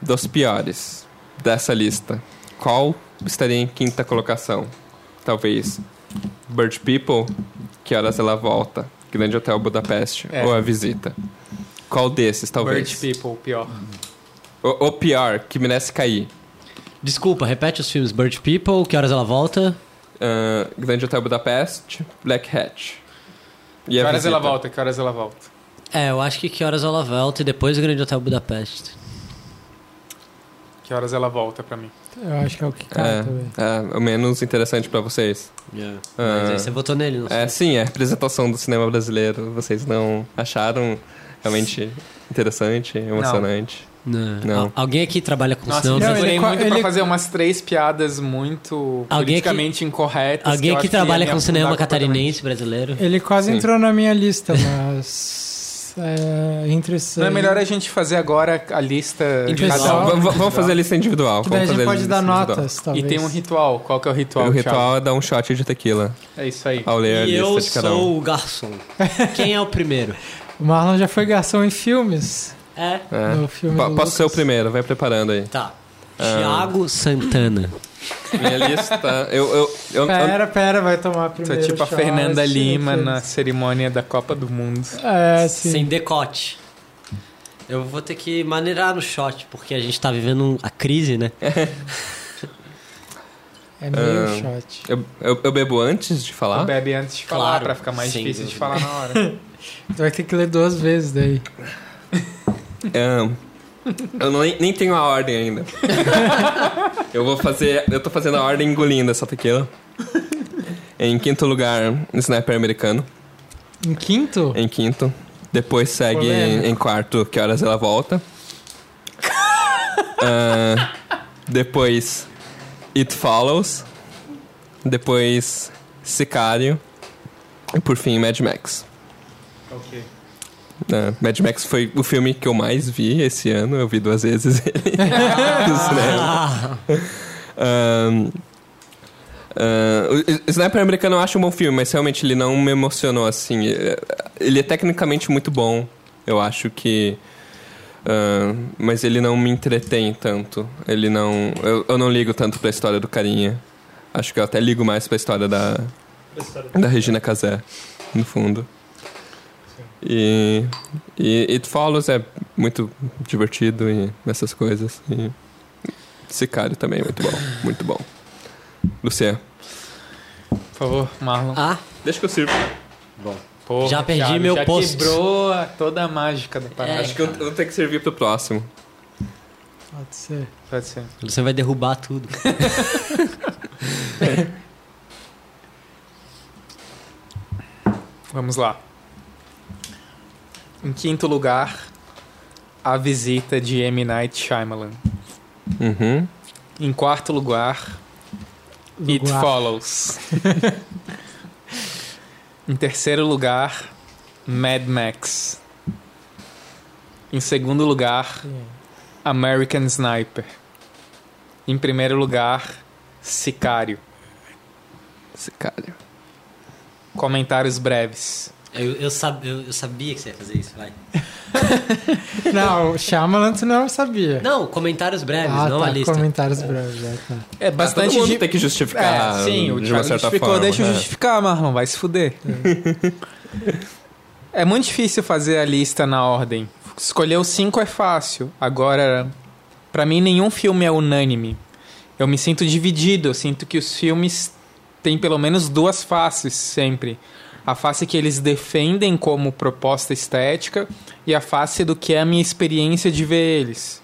S4: Dos piores dessa lista. Qual estaria em quinta colocação? Talvez Bird People, Que Horas Ela Volta, Grande Hotel Budapeste
S3: É.
S4: ou A Visita. Qual desses, talvez?
S3: Bird People, pior.
S4: O, o pior, que merece cair.
S2: Desculpa, repete os filmes Bird People, Que Horas Ela Volta.
S4: Ah, Grande Hotel Budapeste, Black Hat. E
S3: Que
S4: a
S3: horas
S4: Visita.
S3: ela volta? Que horas ela volta?
S2: É, eu acho que Que Horas Ela Volta e depois o Grande Hotel Budapeste.
S3: Que horas ela volta pra mim?
S1: Eu acho que é o que cai também.
S4: É, é, o menos interessante pra vocês.
S2: Mas
S4: Ah.
S2: aí você votou nele, não sei.
S4: É, sim, é a representação do cinema brasileiro. Vocês não acharam realmente interessante, emocionante?
S2: Não.
S4: Não.
S2: Al- alguém aqui trabalha com
S3: Nossa,
S2: cinema?
S3: eu
S1: não,
S3: demorei
S1: ele-
S3: muito pra
S1: ele-
S3: fazer umas três piadas muito
S2: Alguém que-
S3: politicamente incorretas. que eu
S2: Alguém
S3: acho
S2: aqui
S3: que ia
S2: trabalha
S3: me
S2: com cinema
S3: afundar completamente.
S2: catarinense brasileiro?
S1: Ele quase
S4: Sim.
S1: entrou na minha lista, mas. É, entre esses
S3: Não é
S1: aí-
S3: melhor a gente fazer agora a lista de
S1: Individual.
S3: cada
S4: Não,
S3: um?
S1: Não,
S4: v- v- Então, vamos fazer a lista individual.
S1: Que daí a
S4: vamos
S1: gente
S4: fazer
S1: pode
S4: lista
S1: dar
S4: individual.
S1: notas,
S3: E
S1: talvez.
S3: tem um ritual. Qual que é o ritual?
S4: O
S3: Thiago?
S4: ritual é dar um shot de tequila
S3: É isso aí.
S4: ao ler
S2: E
S4: a
S2: eu
S4: lista de cada um.
S2: sou o garçom. Quem é o primeiro?
S1: O Marlon já foi garçom em filmes.
S2: [LAUGHS] É.
S4: É.
S1: No filme
S4: Pa-
S1: do
S4: posso ser o
S1: Lucas.
S4: primeiro, vai preparando aí.
S2: Tá.
S4: Ah.
S2: Tiago Santana.
S4: Minha lista. Eu, eu, eu, eu-
S1: Pera, pera, vai tomar
S3: Tu é
S1: primeiro.
S3: tipo a
S1: shot,
S3: Fernanda
S1: tira
S3: Lima
S1: aqueles.
S3: na cerimônia da Copa do Mundo.
S1: É, sim.
S2: Sem decote. Eu vou ter que maneirar no shot, porque a gente tá vivendo um- a crise, né?
S1: É meio
S4: Ah.
S1: shot.
S4: eu, eu- eu bebo antes de
S3: Tu
S4: falar?
S3: bebe antes de falar,
S2: Claro,
S3: pra ficar mais
S2: sem
S3: difícil de
S2: dúvida.
S3: falar na
S2: [LAUGHS]
S3: hora.
S1: Tu vai ter que ler duas vezes daí.
S4: Ah, eu não- nem, nem tenho a ordem ainda. eu vou fazer. Eu tô fazendo a ordem engolindo essa tequila. Em quinto lugar, Sniper americano.
S1: Em quinto?
S4: em quinto. Depois segue
S1: Polêmico.
S4: em, em quarto Que Horas Ela Volta. Ah, depois It Follows. Depois Sicário. E por fim Mad Max.
S3: ok.
S4: Ah, Mad Max foi o filme que eu mais vi esse ano. Eu vi duas vezes ele. [LAUGHS] no cinema. Ahn, ah, o- o Sniper Americano eu acho um bom filme, mas realmente ele não me emocionou assim. Eh, Ele é tecnicamente muito bom, eu acho que. ah, mas ele não me entretém tanto. Ele não. Eu, eu não ligo tanto pra história do carinha. Acho que eu até ligo mais pra história da, da Regina Casé, no fundo. E, e It Follows é muito divertido e essas coisas. E Sicário também é muito bom, muito bom. Luciano,
S3: Por favor, Marlon.
S2: Ah,
S4: deixa que eu sirvo.
S3: Porra,
S2: já perdi
S3: Thiago,
S2: meu
S3: já
S2: post.
S3: quebrou a- toda a mágica da parada.
S4: Acho que eu eu vou ter que servir pro próximo.
S1: Pode ser.
S2: É.
S3: Pode ser.
S2: você vai derrubar tudo.
S3: Vamos lá. Em quinto lugar, A Visita de M. Night Shyamalan.
S4: Uhum.
S3: Em quarto lugar, It
S1: Lugar.
S3: Follows. em terceiro lugar, Mad Max. Em segundo lugar, American Sniper. Em primeiro lugar, Sicário.
S4: Sicário.
S3: Comentários breves.
S2: Eu, eu, sab- eu- eu sabia que você ia fazer isso, vai.
S1: Não, o Shyamalan tu não sabia.
S2: Não, comentários breves,
S1: ah,
S2: não
S1: tá,
S2: a lista.
S1: comentários breves. É, tá.
S3: É
S4: Bastante
S3: bastante
S4: Todo mundo
S3: de-
S4: tem que justificar
S3: É, sim, o
S4: de uma
S3: Thiago
S4: certa
S3: justificou.
S4: forma.
S3: Deixa eu
S4: né?
S3: justificar, Marlon, vai se fuder. é muito difícil fazer a lista na ordem. Escolher os cinco é fácil. Agora, pra mim, nenhum filme é unânime. Eu me sinto dividido. Eu sinto que os filmes têm pelo menos duas faces sempre. A face que eles defendem como proposta estética e a face do que é a minha experiência de ver eles.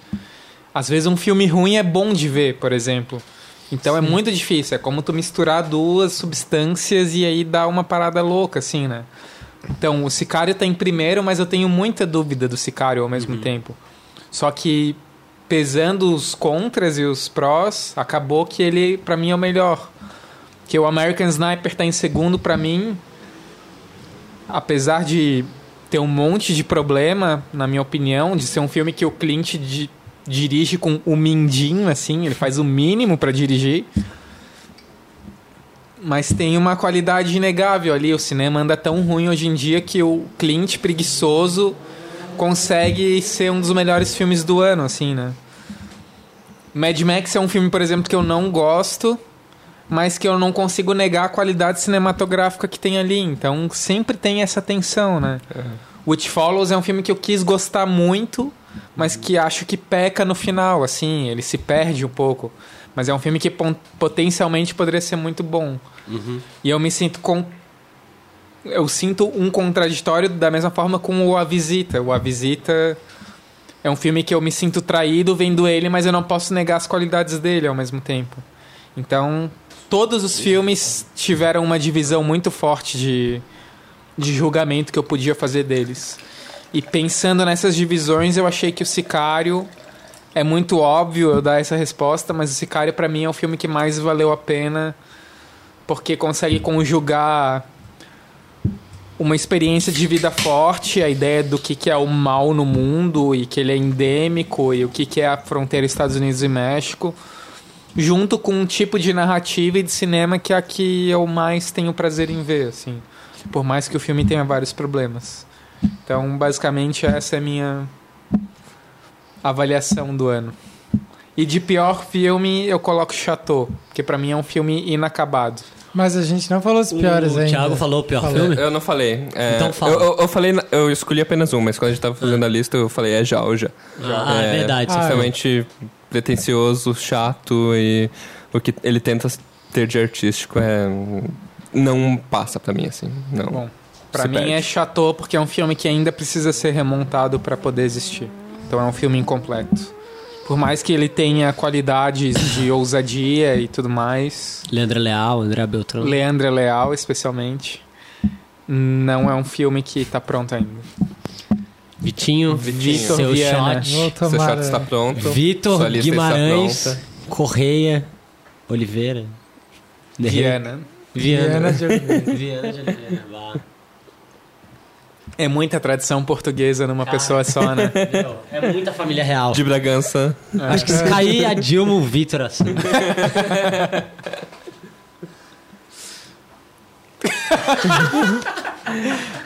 S3: Às vezes um filme ruim é bom de ver, por exemplo. Então é muito difícil, é como tu misturar duas substâncias e aí dar uma parada louca, assim, né? Então, o Sicário tá em primeiro, mas eu tenho muita dúvida do Sicário ao mesmo tempo. Só que, pesando os contras e os prós, acabou que ele, pra mim, é o melhor. Que o American Sniper tá em segundo pra mim, apesar de ter um monte de problema, na minha opinião, de ser um filme que o Clint di- dirige com o mindinho, assim, ele faz o mínimo pra dirigir. Mas tem uma qualidade inegável ali. O cinema anda tão ruim hoje em dia que o Clint preguiçoso consegue ser um dos melhores filmes do ano, assim, né? Mad Max é um filme, por exemplo, que eu não gosto, mas que eu não consigo negar a qualidade cinematográfica que tem ali. Então sempre tem essa tensão, né? Which Follows é um filme que eu quis gostar muito, mas que acho que peca no final, assim, ele se perde um pouco. Mas é um filme que pon- potencialmente poderia ser muito bom. E eu me sinto com. Eu sinto um contraditório da mesma forma com o A Visita. O A Visita é um filme que eu me sinto traído vendo ele, mas eu não posso negar as qualidades dele ao mesmo tempo. Então, todos os filmes tiveram uma divisão muito forte de, de julgamento que eu podia fazer deles. E pensando nessas divisões, eu achei que o Sicário é muito óbvio eu dar essa resposta, mas o Sicário pra mim é o filme que mais valeu a pena porque consegue conjugar uma experiência de vida forte, a ideia do que, que é o mal no mundo e que ele é endêmico e o que, que é a fronteira Estados Unidos e México, junto com um tipo de narrativa e de cinema que é a que eu mais tenho prazer em ver, assim. Por mais que o filme tenha vários problemas. Então, basicamente, essa é a minha avaliação do ano. E de pior filme, eu coloco Chateau, que pra mim é um filme inacabado.
S1: Mas a gente não falou os piores
S2: o
S1: ainda.
S2: Thiago falou o pior
S1: Falou.
S2: filme.
S4: Eu não falei. é,
S2: Então fala.
S4: Eu, eu, eu falei, na- eu escolhi apenas um, mas quando a gente tava
S3: Ah.
S4: fazendo a lista, eu falei, é Jauja.
S2: Ah,
S4: É,
S2: verdade. você
S1: Ah,
S2: falou.
S4: Extremamente pretencioso, chato e o que ele tenta ter de artístico é não passa pra mim assim, não.
S3: Bom, Pra
S4: Se
S3: mim
S4: perde.
S3: é Chateau porque é um filme que ainda precisa ser remontado pra poder existir. Então é um filme incompleto. Por mais que ele tenha qualidades de ousadia e tudo mais,
S2: Leandro Leal, André Beltrão.
S3: Leandro é Leal especialmente, não é um filme que tá pronto ainda.
S2: Vitinho,
S3: Vitor
S2: seu
S3: Viana.
S1: Vou
S2: shot.
S4: Seu
S1: tomar.
S4: shot está
S1: tá
S4: pronto.
S2: [LAUGHS] Vitor
S4: Sua lista está
S2: Guimarães,
S4: pronta.
S2: Correia, Oliveira. De-
S3: Diana.
S2: Viana.
S1: Viana de Oliveira.
S2: [LAUGHS] Viana de Oliveira. vá.
S3: É muita tradição portuguesa numa pessoa só, [LAUGHS] né?
S2: Meu, É muita família real.
S4: De Bragança.
S2: Acho
S1: É.
S2: que se cair a Dilma, o Vitor assim.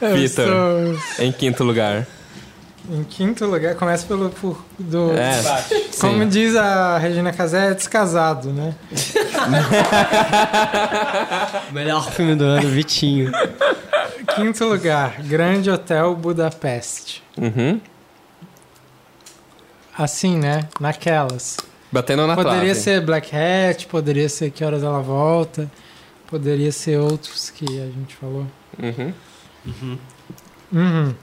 S1: Eu
S4: Vitor.
S1: sou-
S4: Em quinto lugar.
S1: Em quinto lugar, começa pelo por- do
S4: É.
S1: Como diz a Regina Casé, é descasado, né?
S2: Melhor filme do ano,
S1: [LAUGHS]
S2: Vitinho.
S1: Quinto lugar, Grande Hotel Budapeste.
S4: Uhum.
S1: Assim, né? Naquelas.
S4: Batendo na
S1: poderia
S4: trave.
S1: ser Black Hat, poderia ser Que Horas Ela Volta, poderia ser outros que a gente falou.
S4: Uhum.
S1: Uhum.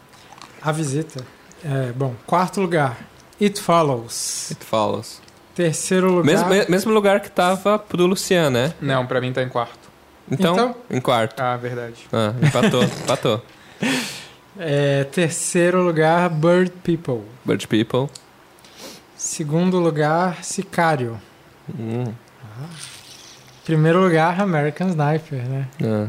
S1: A Visita. É, bom, quarto lugar, It Follows.
S4: It follows.
S1: Terceiro lugar...
S4: Mesmo, me- mesmo lugar que tava pro Lucian, né?
S3: Não, pra mim tá em quarto.
S4: Então,
S1: Então?
S4: em quarto.
S3: Ah, verdade.
S4: Ah, empatou, empatou.
S1: É, terceiro lugar, Bird People.
S4: Bird People.
S1: Segundo lugar, Sicário.
S4: Hum.
S1: Primeiro lugar, American Sniper, né?
S4: Ah.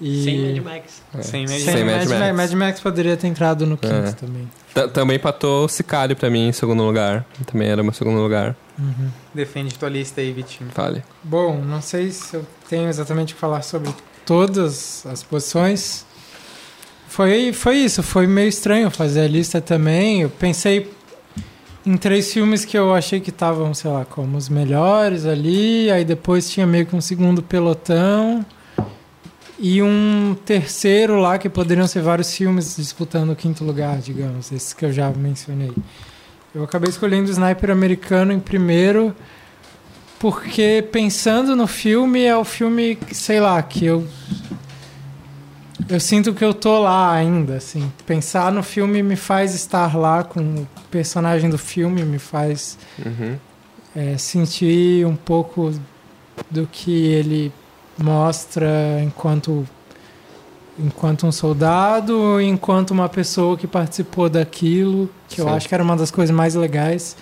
S1: E...
S2: Sem Mad Max.
S4: É.
S3: Sem Mad
S1: Sem Mad, Max. Mad Max poderia ter entrado no quinto
S4: É.
S1: também.
S4: Ta- Também patou o Sicário pra mim em segundo lugar. Também era meu segundo lugar.
S1: Uhum.
S3: Defende tua lista aí, Vitinho.
S4: Fale.
S1: Bom, não sei se eu tenho exatamente o que falar sobre todas as posições. Foi, foi isso, foi meio estranho fazer a lista também. Eu pensei em três filmes que eu achei que estavam, sei lá, como os melhores ali. Aí depois tinha meio que um segundo pelotão. E um terceiro lá, que poderiam ser vários filmes disputando o quinto lugar, digamos, esses que eu já mencionei. Eu acabei escolhendo o Sniper Americano em primeiro. Porque pensando no filme, é o filme, que, sei lá, que eu. Eu sinto que eu tô lá ainda, assim. Pensar no filme me faz estar lá com o personagem do filme, me faz
S4: Uhum.
S1: é, sentir um pouco do que ele mostra enquanto enquanto um soldado, enquanto uma pessoa que participou daquilo, que eu
S4: Sim.
S1: acho que era uma das coisas mais legais,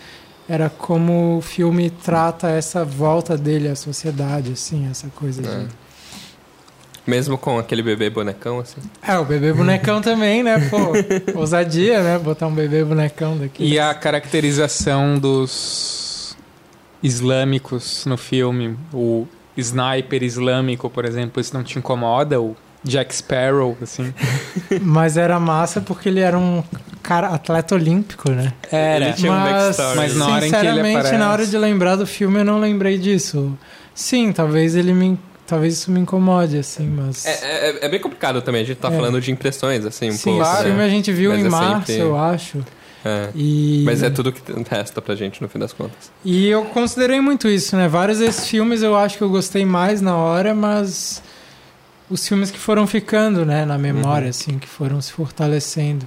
S1: era como o filme trata essa volta dele à sociedade, assim, essa coisa de
S4: É.
S3: É.
S4: Mesmo com aquele bebê bonecão, assim.
S1: é, o bebê
S3: [LAUGHS]
S1: bonecão também, né? Pô, ousadia, né? Botar um bebê bonecão daqui.
S3: E a caracterização dos islâmicos no filme, o sniper islâmico, por exemplo, isso não te incomoda? O Jack Sparrow, [LAUGHS] assim?
S1: Mas era massa porque ele era um cara atleta olímpico, né?
S4: Ele tinha um backstory.
S3: Mas na hora em que ele
S1: sinceramente,
S3: aparece-
S1: na hora de lembrar do filme, eu não lembrei disso. Sim, talvez ele me, talvez isso me incomode assim, mas
S4: É, é- é- é bem complicado também, a gente tá
S1: É.
S4: falando de impressões, assim, um
S1: sim,
S4: pouco.
S1: esse
S4: né?
S1: filme a gente viu
S4: Mas
S1: em
S4: é
S1: março,
S4: sempre-
S1: eu acho.
S4: É.
S1: E
S4: Mas é tudo que resta pra gente, no fim das contas.
S1: E eu considerei muito isso, né? Vários desses filmes eu acho que eu gostei mais na hora, mas os filmes que foram ficando, né, na memória,
S4: Uhum.
S1: assim, que foram se fortalecendo.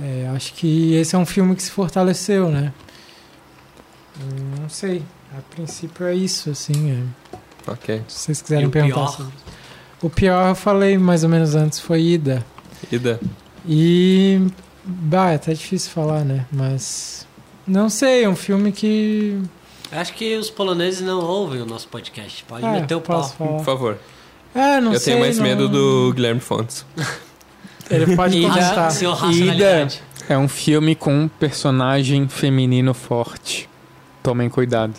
S1: É, acho que esse é um filme que se fortaleceu, né? Hum, Não sei. A princípio é isso, assim. é.
S4: Ok.
S1: Se vocês
S2: E
S1: quiserem
S2: o
S1: perguntar.
S2: pior?
S1: sobre- O pior eu falei mais ou menos antes, foi Ida.
S4: Ida.
S1: E. Bah, é até difícil falar, né? Mas. Não sei, é um filme que.
S2: Acho que os poloneses não ouvem o nosso podcast. Pode
S1: é,
S2: meter o pau.
S1: posso falar.
S4: Por favor.
S1: É, não
S4: eu
S1: sei,
S4: tenho mais
S1: não-
S4: medo do Guilherme Fontes.
S1: Ele
S2: [LAUGHS]
S1: pode
S2: Ida,
S1: comentar.
S2: senhor racionalidade.
S3: É um filme com um personagem feminino forte. Tomem cuidado.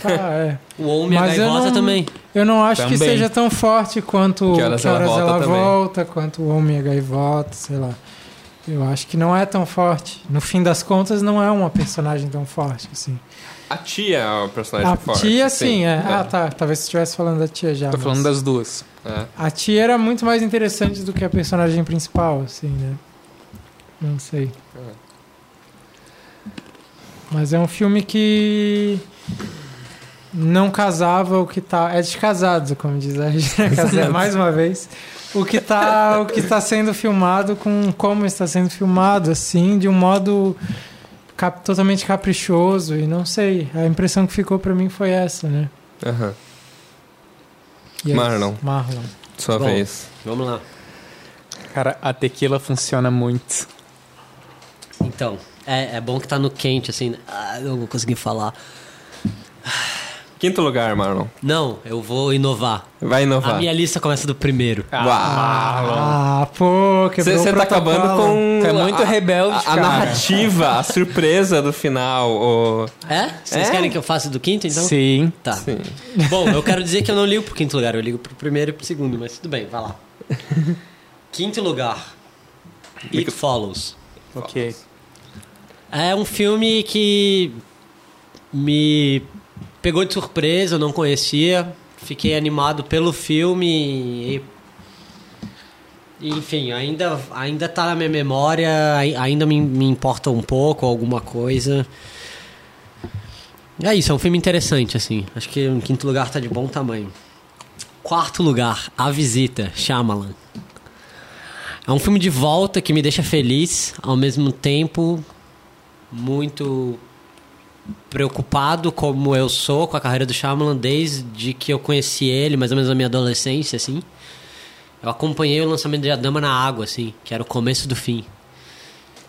S1: Tá, é.
S2: O homem
S1: Mas
S2: a
S1: eu
S2: gaivota
S1: não-
S2: também.
S1: Eu não acho que
S3: Também.
S1: seja tão forte quanto
S4: Que Horas Ela Volta
S1: ela
S4: também.
S1: volta, quanto o Homem e a Gaivota, sei lá. Eu acho que não é tão forte. No fim das contas, não é uma personagem tão forte, assim.
S4: A tia é um personagem
S1: A
S4: forte.
S1: tia, sim, é. Ah,
S4: É.
S1: tá. Talvez você estivesse falando da tia já.
S3: Tô
S1: mas-
S3: falando das duas.
S4: É.
S1: A tia era muito mais interessante do que a personagem principal, assim, né? Não sei. Mas é um filme que não casava o que tá. É descasado, como diz a [LAUGHS] Regina Casé mais uma vez. O que tá, o que tá sendo filmado com como está sendo filmado, assim, de um modo cap- totalmente caprichoso e não sei. A impressão que ficou pra mim foi essa, né?
S4: Aham.
S1: E é isso.
S4: Marlon.
S1: Marlon.
S4: Sua
S2: Bom.
S4: vez.
S2: Vamos lá.
S3: Cara, a tequila funciona muito.
S2: Então, é, é bom que tá no quente, assim. né? Ah, eu não vou conseguir falar.
S4: Quinto lugar, Marlon.
S2: Não, eu vou inovar. A
S4: Vai inovar.
S2: minha lista começa do primeiro.
S1: Ah, pô, quebrou
S4: Você
S1: o
S4: tá
S1: protocolo.
S4: acabando com.
S3: Tu é muito
S4: a-
S3: rebelde,
S4: a, a
S3: cara.
S4: narrativa, a surpresa do final. O...
S2: É? Vocês
S4: É?
S2: querem que eu faça do quinto, então?
S3: Sim.
S2: Tá.
S4: Sim.
S2: Bom, eu quero dizer que eu não ligo pro quinto lugar, eu ligo pro primeiro e pro segundo, mas tudo bem, vai lá. Quinto lugar. It Follows.
S3: Ok.
S2: É um filme que me pegou de surpresa, eu não conhecia. Fiquei animado pelo filme e. Enfim, ainda, ainda tá na minha memória, ai- ainda me, me importa um pouco alguma coisa. É isso, é um filme interessante, assim. Acho que o quinto lugar tá de bom tamanho. Quarto lugar, A Visita, Shyamalan. É um filme de volta que me deixa feliz, ao mesmo tempo muito preocupado como eu sou com a carreira do Shyamalan desde que eu conheci ele, mais ou menos na minha adolescência, assim. Eu acompanhei o lançamento de A Dama na Água, assim, que era o começo do fim.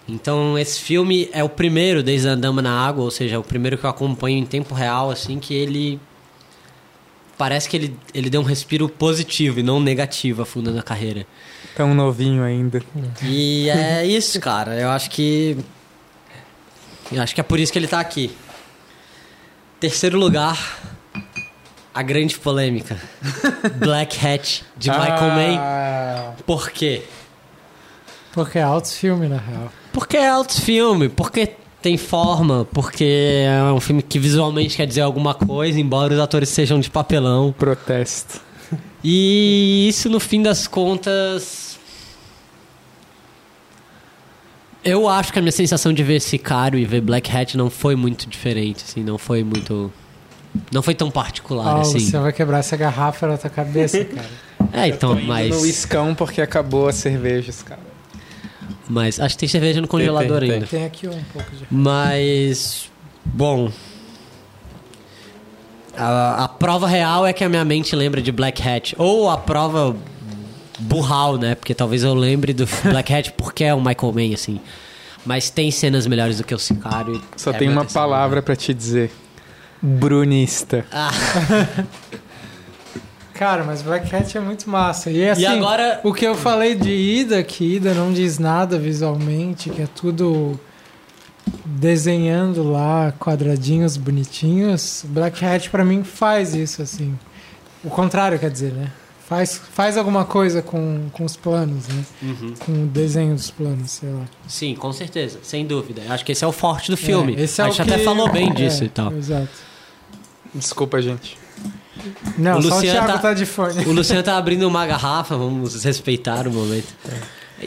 S2: Então, esse filme é o primeiro desde A Dama na Água, ou seja, é o primeiro que eu acompanho em tempo real, assim, que ele... Parece que ele, ele deu um respiro positivo e não negativo afundando a carreira.
S3: Tão novinho ainda.
S2: E é isso, cara. Eu acho que. Eu acho que é por isso que ele tá aqui. Terceiro lugar. A grande polêmica. Black Hat de Michael May.
S3: Ah,
S2: Por quê?
S1: Porque é altos filme, na real.
S2: Porque é alto filme, porque tem forma, porque é um filme que visualmente quer dizer alguma coisa, embora os atores sejam de papelão.
S3: Protesto.
S2: E isso no fim das contas. Eu acho que a minha sensação de ver Sicário e ver Black Hat não foi muito diferente, assim, não foi muito. Não foi tão particular,
S1: Paulo,
S2: assim.
S1: você vai quebrar essa garrafa na tua
S4: [LAUGHS]
S1: cabeça, cara.
S2: É, então,
S3: No
S2: mas.
S3: iscão porque acabou as cervejas, cara.
S2: Mas acho que tem cerveja no congelador
S4: tem.
S2: ainda.
S1: Tem aqui um pouco de.
S2: Mas. Bom. A, a prova real é que a minha mente lembra de Black Hat. Ou a prova burral, né? Porque talvez eu lembre do [LAUGHS] Black Hat porque é o Michael Mann, assim. Mas tem cenas melhores do que o Sicário.
S3: Só
S2: É
S3: tem
S2: meu
S3: uma
S2: terceiro
S3: palavra pra te dizer. Brunista.
S2: Ah.
S1: Cara, mas Black Cat é muito massa. E, assim,
S2: E agora-
S1: O que eu falei de Ida, que Ida não diz nada visualmente, que é tudo desenhando lá quadradinhos bonitinhos. Black Hat pra mim faz isso, assim. O contrário, quer dizer, né? Faz, faz alguma coisa com, com os planos, né? Com o desenho dos planos, sei lá.
S2: lugar. Sim, com certeza, sem dúvida. Acho que esse é o forte do filme.
S1: É, esse é
S2: a
S1: o
S2: gente até
S1: que-
S2: falou bem
S1: é,
S2: disso e tal.
S1: Exato.
S3: Desculpa, gente.
S1: Não,
S2: O
S1: só o
S2: Luciano
S1: Thiago
S2: tá-
S1: tá... de fone.
S2: O Luciano tá abrindo uma garrafa, vamos [LAUGHS] respeitar o momento.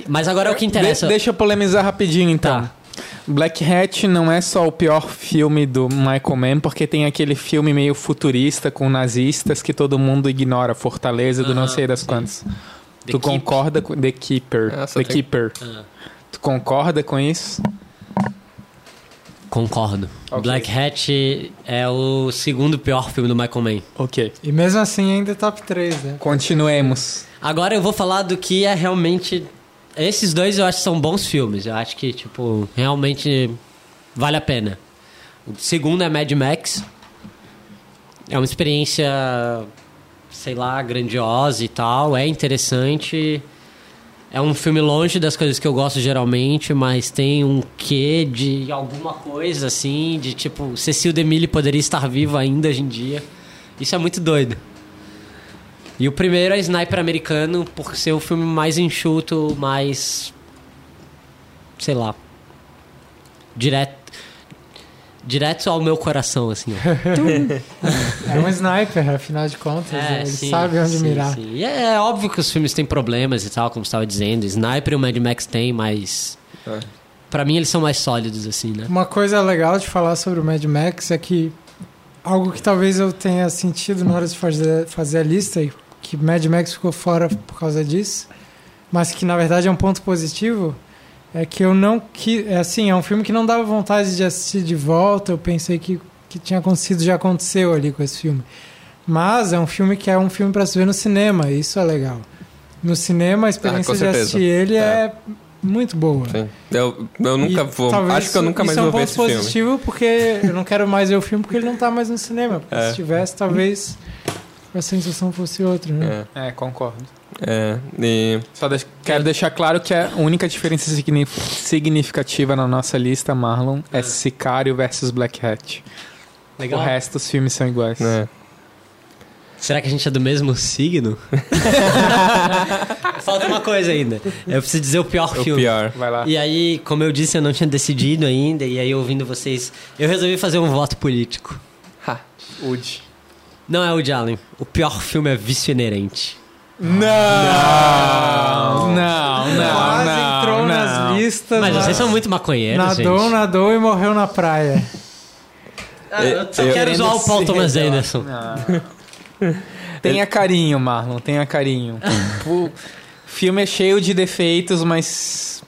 S2: Mas agora é o que interessa.
S3: De- deixa eu polemizar rapidinho, então.
S2: Tá.
S3: Black Hat não é só o pior filme do Michael Mann, porque tem aquele filme meio futurista com nazistas que todo mundo ignora, Fortaleza do não
S2: Aham,
S3: sei das
S2: Ah, sim.
S3: quantas.
S2: The
S3: tu
S2: Keep-
S3: concorda com The Keeper?
S4: Ah, só
S3: The
S4: tem-
S3: Keeper.
S2: Ah.
S3: Tu concorda com isso?
S2: Concordo.
S3: Ok.
S2: Black Hat é o segundo pior filme do Michael Mann.
S3: Ok.
S1: E mesmo assim ainda é top 3, né?
S3: Continuemos.
S2: Agora eu vou falar do que é realmente. Esses dois eu acho que são bons filmes. Eu acho que, tipo, realmente vale a pena. O segundo é Mad Max. É uma experiência, sei lá, grandiosa e tal. É interessante. É um filme longe das coisas que eu gosto geralmente, mas tem um quê de alguma coisa assim, de tipo, Cecil DeMille poderia estar vivo ainda hoje em dia. Isso é muito doido. E o primeiro é Sniper Americano, por ser o filme mais enxuto, mais. sei lá. Direto. Direto ao meu coração,
S1: [LAUGHS]
S2: assim. ó.
S1: É
S2: [LAUGHS]
S1: um sniper, afinal de contas. né? ele
S2: É, sim,
S1: sabe onde
S2: sim,
S1: mirar.
S2: sim. E é, é óbvio que os filmes têm problemas e tal, como você tava dizendo. Sniper e o Mad Max tem, mas.
S4: É.
S2: Pra mim eles são mais sólidos, assim, né?
S1: Uma coisa legal de falar sobre o Mad Max é que algo que talvez eu tenha sentido na hora de fazer, fazer a lista, e que Mad Max ficou fora por causa disso, mas que na verdade é um ponto positivo, é que eu não que é assim, é um filme que não dava vontade de assistir de volta, eu pensei que que tinha acontecido já aconteceu ali com esse filme. Mas é um filme que é um filme para se ver no cinema, e isso é legal. No cinema a experiência de
S4: certeza.
S1: assistir ele é,
S4: É.
S1: muito boa.
S4: Sim. Eu, eu nunca
S1: E
S4: vou.
S1: talvez
S4: Acho que eu
S1: isso-
S4: nunca mais
S1: isso é um
S4: vou ver
S1: ponto
S4: esse filme.
S1: positivo porque eu não quero mais ver o filme porque ele não tá mais no cinema. Porque
S4: É.
S1: se tivesse, talvez a sensação fosse outra, né?
S4: É,
S3: É, concordo.
S4: é. E,
S3: Só deix-
S4: É.
S3: quero deixar claro que a única diferença signi- significativa na nossa lista, Marlon, é
S2: É.
S3: Sicário versus Black Hat. O resto dos filmes são iguais.
S4: né.
S2: Será que a gente é do mesmo [LAUGHS] signo? Falta uma coisa ainda. Eu preciso dizer o pior
S4: O
S2: filme.
S4: pior.
S3: Vai lá.
S2: E aí, como eu disse, eu não tinha decidido ainda. E aí, ouvindo vocês, eu resolvi fazer um voto político.
S3: Wood.
S2: Não é o de Allen. O pior filme é Vício Inerente.
S3: Não! Não,
S2: Ah,
S3: não, não.
S1: Quase entrou
S3: não.
S1: nas listas.
S2: Mas
S1: mas
S2: vocês são muito maconheiros,
S1: Nadou,
S2: gente.
S1: nadou e morreu na praia.
S2: Ah, eu só
S4: Eu-
S2: quero usar o Paul
S3: se
S2: Thomas
S3: revelar.
S2: Anderson.
S4: Ah.
S3: [LAUGHS] Tenha carinho, Marlon, tenha carinho.
S4: [LAUGHS]
S3: o filme é cheio de defeitos, mas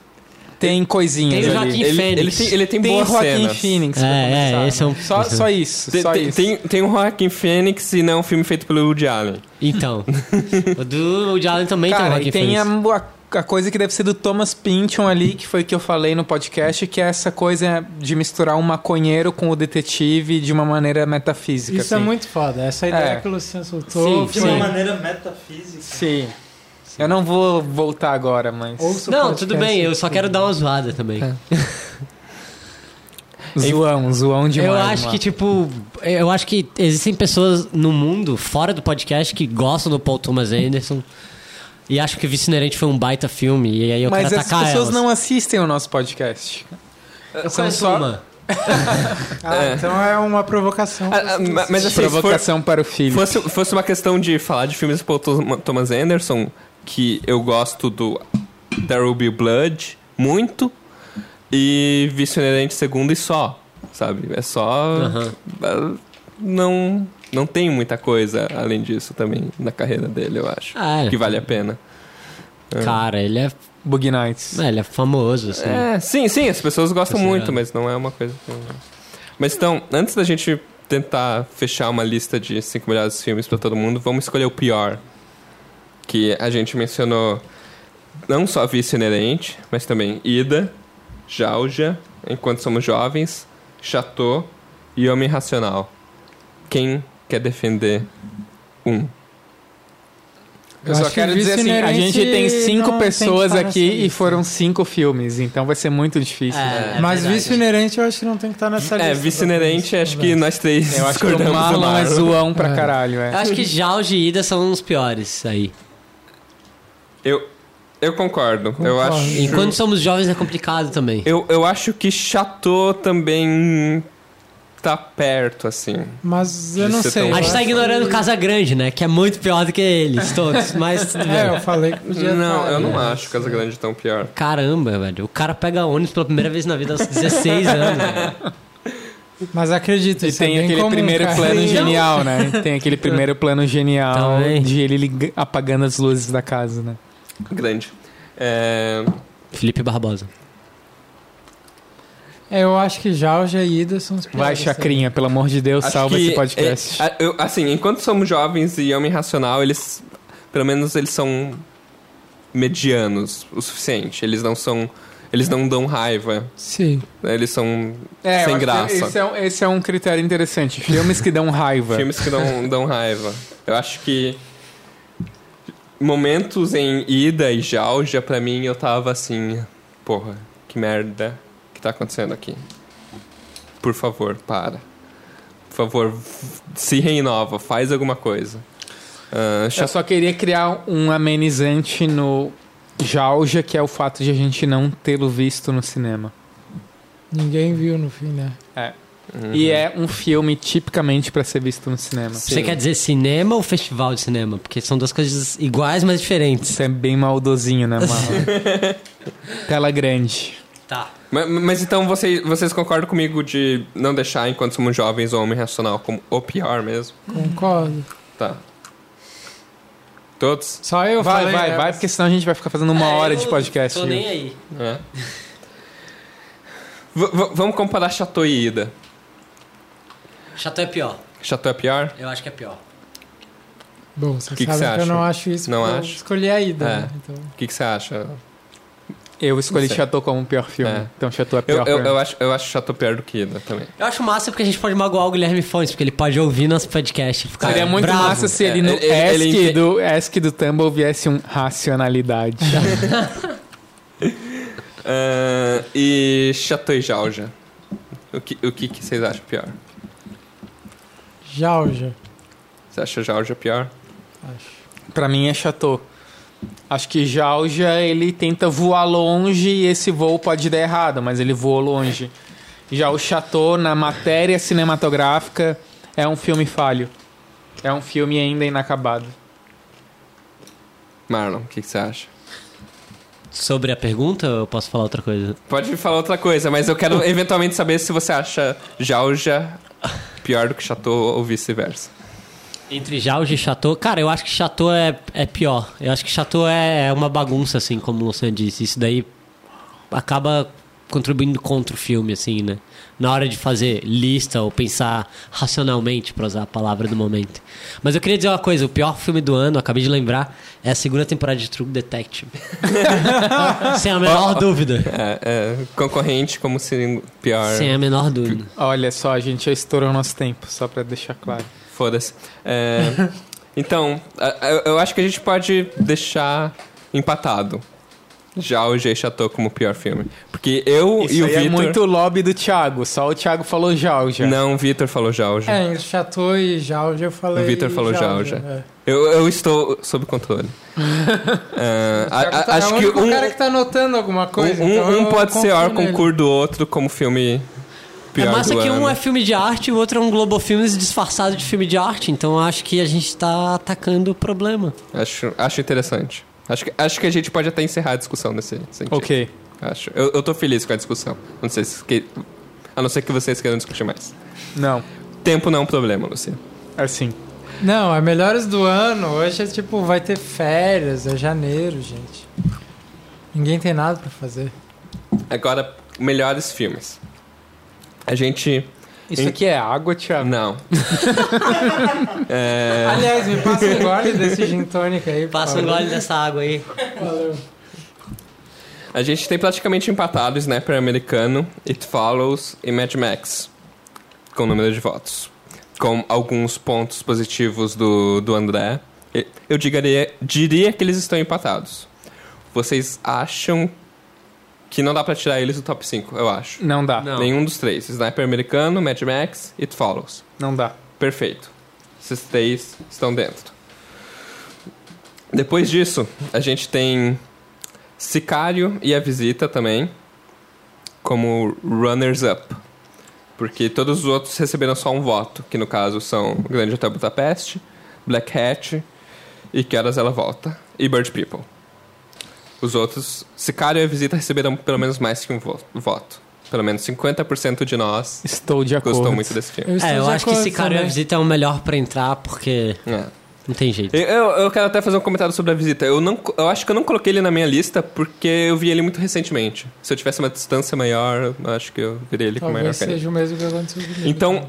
S3: tem coisinhas
S2: Tem o
S3: ali.
S2: Joaquim
S4: Ele, ele
S2: Fênix.
S4: tem, ele tem,
S3: Tem o
S4: boas
S3: Joaquim
S4: cenas.
S3: Phoenix. pra
S2: É,
S3: começar,
S2: é, esse é um- [LAUGHS]
S3: Só, só isso,
S4: Tem,
S3: só
S4: tem,
S3: isso.
S4: tem, tem o Joaquin Phoenix e não um filme feito pelo Woody Allen.
S2: Então. o do o de Allen também
S3: Cara,
S2: tem um
S3: e
S2: o
S3: tem
S2: Joaquim
S3: a,
S2: Fênix.
S3: a- a coisa que deve ser do Thomas Pynchon ali, que foi que eu falei no podcast, que é essa coisa de misturar um maconheiro com o detetive de uma maneira metafísica.
S1: Isso é
S3: assim.
S1: muito foda. Essa ideia
S3: É.
S1: que o Luciano soltou
S2: Sim,
S5: De
S1: foi...
S5: uma
S2: sim.
S5: maneira metafísica.
S3: Sim. Eu não vou voltar agora, mas.
S1: Ouça o
S2: Não,
S1: podcast.
S2: tudo bem, eu só quero dar uma zoada também.
S3: É. Zoão, zoão demais.
S2: eu acho
S3: mano.
S2: que, tipo, eu acho que existem pessoas no mundo, fora do podcast, que gostam do Paul Thomas Anderson. E acham que Vice Inerente foi um baita filme. E aí eu
S3: Mas
S2: quero
S3: as
S2: atacar
S3: pessoas
S2: elas.
S3: não assistem o nosso podcast.
S2: Eu
S3: são
S2: conheço
S3: só-
S2: uma.
S1: Ah, então é uma provocação.
S4: Ah, ah, ma- mas assim, se for-
S3: Provocação para o filho.
S4: fosse, fosse uma questão de falar de filmes do Paul Thom- Thomas Anderson, que eu gosto do There Will Be Blood muito, e Vício Inerente segundo e só, sabe? É só...
S2: Aham.
S4: ah, Não, não tem muita coisa além disso também na carreira dele, eu acho.
S2: Ah, é.
S4: Que vale a pena.
S2: Cara, ele é,
S3: Bug Nights.
S2: ele é famoso, assim.
S4: É, sim, sim, as pessoas gostam
S3: Tá
S2: Considerado.
S4: muito, mas não é uma coisa que... eu- Mas então, antes da gente tentar fechar uma lista de cinco melhores filmes pra todo mundo, vamos escolher o pior. Que a gente mencionou não só Vício Inerente, mas também Ida, Jauja, Enquanto Somos Jovens, Chateau e Homem Racional. Quem quer defender um?
S3: Eu,
S1: Eu
S3: só
S1: acho que
S3: quero dizer
S1: Vício
S3: assim, a
S1: Inerente
S3: gente tem cinco
S1: não tem
S3: pessoas
S1: que estar
S3: aqui
S1: nessa
S3: e
S1: lista.
S3: foram cinco filmes, então vai ser muito difícil. né?
S2: É, é
S1: mas
S2: verdade.
S1: vício inerente eu acho que não tem que estar nessa lista.
S4: É, Vício Inerente,
S1: né?
S4: acho que nós três
S3: Eu acho que o
S4: discordamos do
S3: Marlon é
S4: Marlon.
S3: zoão pra
S1: É.
S3: caralho, é.
S2: Eu acho que Jauge e Ida são os piores aí.
S4: Eu, eu concordo. Eu
S1: Concordo.
S4: acho.
S2: Enquanto somos jovens é complicado também.
S4: Eu, eu acho que Chateau também tá perto, assim.
S1: Mas eu
S4: De
S1: não
S4: ser
S1: sei.
S4: tão-
S1: eu
S2: A gente tá
S1: acho-
S2: ignorando Casa Grande, né? Que é muito pior do que eles todos, mas tudo bem.
S1: [LAUGHS] É, eu falei que podia
S4: Não,
S1: estar,
S4: eu não
S1: né?
S4: acho Casa Grande é tão pior.
S2: Caramba, velho. O cara pega ônibus pela primeira vez na vida aos 16 anos. velho.
S1: Mas acredito,
S3: E
S1: isso é
S3: tem
S1: bem
S3: aquele
S1: comum,
S3: primeiro
S1: cara.
S3: plano genial, né? Tem aquele primeiro plano genial
S2: Também.
S3: de ele lig- apagando as luzes da casa, né?
S4: Grande. É,
S2: Felipe Barbosa.
S1: É, Eu acho que Jauja e Ida são os
S3: Vai,
S1: piores,
S3: Chacrinha, pelo amor de Deus,
S4: acho
S3: salva
S4: que-
S3: esse podcast.
S4: é, a- eu- assim, enquanto somos jovens e homem racional, eles. Pelo menos eles são medianos o suficiente. Eles não são. Eles não dão raiva.
S1: Sim.
S4: né? Eles são
S3: É, eu acho
S4: sem
S3: que
S4: graça.
S3: Esse é, um, esse é um critério interessante. Filmes que dão [LAUGHS] raiva.
S4: Filmes que dão, dão raiva. Eu acho que momentos em Ida e Jauja, pra mim, eu tava assim, porra, que merda que tá acontecendo aqui. Por favor, para. Por favor, se renova, faz alguma coisa. Ah,
S3: Eu
S4: Chateau-
S3: só queria criar um amenizante no Jauja, que é o fato de a gente não tê-lo visto no cinema.
S1: Ninguém viu no fim, né?
S3: E
S4: Uhum.
S3: é um filme tipicamente pra ser visto no cinema.
S2: Você quer dizer cinema ou festival de cinema? Porque são duas coisas iguais, mas diferentes.
S3: Isso é bem maldosinho, né, mano?
S4: [LAUGHS]
S3: Tela grande.
S2: Tá.
S4: Ma- ma- mas, então vocês, vocês concordam comigo de não deixar enquanto somos jovens o homem racional como o pior mesmo?
S1: Concordo.
S4: Tá. Todos?
S1: Só eu
S3: Vai,
S1: falei,
S3: vai,
S1: né?
S3: vai, porque senão a gente vai ficar fazendo uma hora de podcast.
S2: Ah, Tô
S3: viu?
S2: nem aí.
S4: É. V- v- vamos comparar Chateau e Ida.
S2: Chateau é pior.
S4: Chateau é pior?
S2: Eu acho que é pior.
S1: Bom, vocês
S4: Que que
S1: sabem
S4: você
S1: que eu
S4: acha?
S1: não acho isso.
S4: Não
S1: porque eu
S4: acho?
S1: Escolhi a Ida,
S4: É.
S1: né? Então...
S4: O que que você acha?
S3: Eu escolhi
S4: Não sei.
S3: Chateau como o pior filme.
S4: É.
S3: Então Chateau é
S4: Eu,
S3: pior
S4: eu,
S3: pra mim.
S4: eu acho, eu acho Chateau pior do que Ida também.
S2: Eu acho massa porque a gente pode magoar o Guilherme Fones, porque ele pode ouvir nosso podcast e ficar
S3: Seria muito
S2: bravo.
S3: massa se ele
S4: Ah, É,
S3: no
S4: ele- ele-
S3: ESC,
S4: ele-
S3: do, ESC do Tumble viesse um racionalidade.
S4: Ah, e Chateau e Jauja. O que, o que, que vocês acham pior?
S1: Jauja.
S4: Você acha Georgia pior?
S3: Pra mim é Chateau. Acho que Jauja ele tenta voar longe e esse voo pode dar errado, mas ele voou longe. Já o Chateau, na matéria cinematográfica, é um filme falho. É um filme ainda inacabado.
S4: Marlon, o que, que você acha?
S2: Sobre a pergunta, eu posso falar outra coisa?
S4: Pode me falar outra coisa, mas eu quero eventualmente saber se você acha Georgia pior do que Chateau ou vice-versa.
S2: Entre Jauge e Chateau, cara, eu acho que Chateau é, é pior. Eu acho que Chateau é, é uma bagunça, assim, como o Luciano disse. Isso daí acaba contribuindo contra o filme, assim, né? Na hora de fazer lista ou pensar racionalmente, pra usar a palavra do momento. Mas eu queria dizer uma coisa: o pior filme do ano, acabei de lembrar, é a segunda temporada de True Detective. [LAUGHS] Sem a menor dúvida.
S4: É, é, concorrente como se pior.
S2: Sem a menor dúvida.
S3: Olha só, a gente já estourou nosso tempo, só pra deixar claro.
S4: Foda-se. É,
S3: [LAUGHS]
S4: então, a- a- eu acho que a gente pode deixar empatado. Já o G Chateau como pior filme. Porque eu
S3: Isso
S4: e o
S3: aí
S4: Vitor.
S3: é muito lobby do Thiago, só o Thiago falou Jauja.
S4: Não, o Vitor falou Jauja.
S1: É, entre Chateau e Jauja eu falei.
S4: O Vitor falou
S1: Jauja,
S4: Jauja.
S1: é.
S4: Eu, eu estou sob controle. É, a-
S1: Thiago tá-
S4: a-
S1: [LAUGHS]
S4: acho
S1: é o
S4: que
S1: único
S4: um,
S1: cara que tá anotando alguma coisa.
S4: um-
S1: então
S4: um
S1: eu
S4: pode ser
S1: confio
S4: ar
S1: nele.
S4: concurso do outro como filme pior
S2: é massa
S4: do
S2: que
S4: ano.
S2: um é filme de arte e o outro é um Globofilmes disfarçado de filme de arte. Então eu acho que a gente tá atacando o problema.
S1: é
S4: Acho, acho interessante. Acho que, acho que a gente pode até encerrar a discussão nesse sentido.
S3: Ok.
S4: Acho. Eu, eu tô feliz com a discussão. Não sei se que- a não ser que vocês queiram discutir mais.
S3: Não.
S4: Tempo não é um problema, Luciano.
S3: Assim.
S1: Não, é melhores do ano. Hoje é tipo, vai ter férias, é janeiro, gente. Ninguém tem nada pra fazer.
S4: Agora, melhores filmes. A gente.
S3: Isso aqui é água, Thiago?
S4: Não. [LAUGHS] É,
S1: Aliás, me passa um gole desse gin tônica aí. por
S2: Passa um
S1: favor.
S2: gole dessa água aí.
S1: Valeu.
S4: A gente tem praticamente empatado Sniper Americano, It Follows e Mad Max. Com número de votos. Com alguns pontos positivos do, do André. E- Eu diria, diria que eles estão empatados. Vocês acham que não dá pra tirar eles do top 5, eu acho.
S3: Não dá.
S2: Não.
S4: Nenhum dos três. Sniper Americano, Mad Max, It Follows.
S3: não dá.
S4: Perfeito. Esses três estão dentro. Depois disso, a gente tem Sicário e a Visita também como runners-up. Porque todos os outros receberam só um voto, que no caso são Grande Hotel Budapeste, Black Hat e Que Horas Ela Volta, e Bird People. Os outros, Sicário e a Visita receberam pelo menos mais que um vo- voto. Pelo menos 50% de nós
S3: Estou de acordo.
S4: gostou muito desse filme.
S1: estou
S2: É, eu
S1: de
S2: acho que
S1: acordo
S2: esse cara e a
S1: também.
S2: visita é o melhor pra entrar, porque
S4: É.
S2: não tem jeito.
S4: Eu, eu eu quero até fazer um comentário sobre a visita. Eu, não, co- eu acho que eu não coloquei ele na minha lista porque eu vi ele muito recentemente. Se eu tivesse uma distância maior, eu acho que eu virei ele com maior
S1: Talvez
S4: carinho.
S1: seja o mesmo que aconteceu comigo.
S4: Então,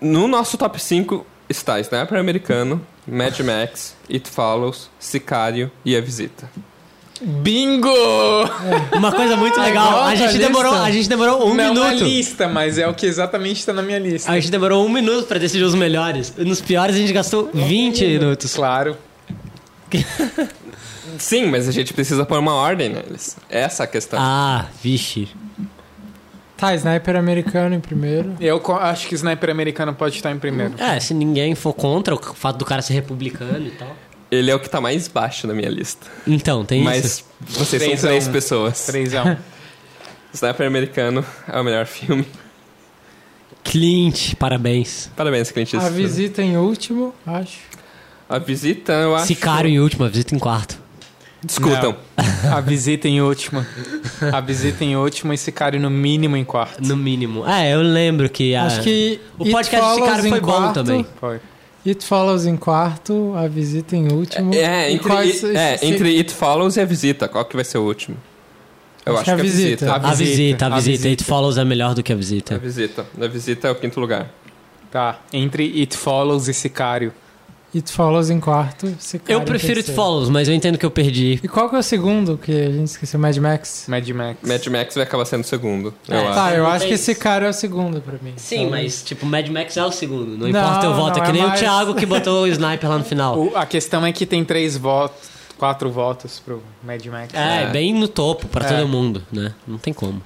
S4: no nosso top 5 está Sniper Americano, Mad Max, It Follows, Sicário e A Visita.
S3: Bingo!
S2: [LAUGHS] Uma coisa muito legal,
S1: Agora
S2: a
S1: a
S2: gente
S1: lista.
S2: demorou, a gente demorou um
S3: não é
S2: minuto.
S3: lista, mas é o que exatamente está na minha lista.
S2: A gente demorou um minuto pra decidir os melhores. Nos piores a gente gastou 20 minutos.
S3: Claro.
S4: Sim, mas a gente precisa pôr uma ordem neles. Essa é a questão.
S2: Ah, vixe.
S1: Tá, Sniper americano em primeiro.
S3: Eu co- acho que Sniper americano pode estar em primeiro.
S2: É, se ninguém for contra o fato do cara ser republicano e tal.
S4: Ele é o que tá mais baixo na minha lista.
S2: Então, tem
S4: mas
S2: isso.
S4: vocês
S3: Três
S4: são
S3: a
S4: três
S3: um.
S4: pessoas.
S3: Três um.
S4: Sniper Americano é o melhor filme.
S2: Clint, parabéns.
S4: Parabéns, Clint
S1: A
S4: Eastwood.
S1: visita em último, acho.
S4: A visita, eu acho.
S2: Sicário em última, visita em quarto.
S4: Discutam.
S3: A visita em última. A visita em última e Sicário no mínimo em quarto.
S2: No mínimo. É, eu lembro que. a-
S1: Acho que.
S2: O
S1: It
S2: podcast de
S1: Follows
S2: cara
S1: em
S2: foi bom
S1: quarto,
S2: também.
S3: Foi.
S1: It Follows em quarto, A Visita em último.
S4: É,
S1: E
S4: entre,
S1: quais-
S4: it, é,
S1: se-
S4: entre It Follows e a visita. Qual que vai ser o último? Eu acho, que é a visita.
S1: visita.
S2: A visita, a visita. It Follows é melhor do que a
S4: A
S2: visita.
S4: visita. A visita é o quinto lugar.
S3: Tá. Entre It Follows e Sicário.
S1: It Follows em quarto. Sicário
S2: Eu
S1: em
S2: prefiro It
S1: terceiro.
S2: Follows, mas eu entendo que eu perdi.
S1: E qual que é o segundo que a gente esqueceu? Mad Max?
S3: Mad Max.
S4: Mad Max vai acabar sendo o segundo.
S2: É,
S4: eu acho.
S1: Tá, eu
S2: Não
S1: acho
S2: tem
S1: que
S2: isso.
S1: esse cara é o segundo pra mim.
S2: Sim,
S1: Então,
S2: mas tipo, Mad Max é o segundo.
S1: Não,
S2: Não importa o voto.
S1: não,
S2: É que
S1: é
S2: nem o
S1: mais-
S2: Thiago que [LAUGHS] botou o sniper lá no final.
S3: O- a questão é que tem três votos, quatro votos pro Mad Max.
S2: É,
S4: É.
S2: bem no topo pra
S3: É.
S2: todo mundo, né? Não tem como.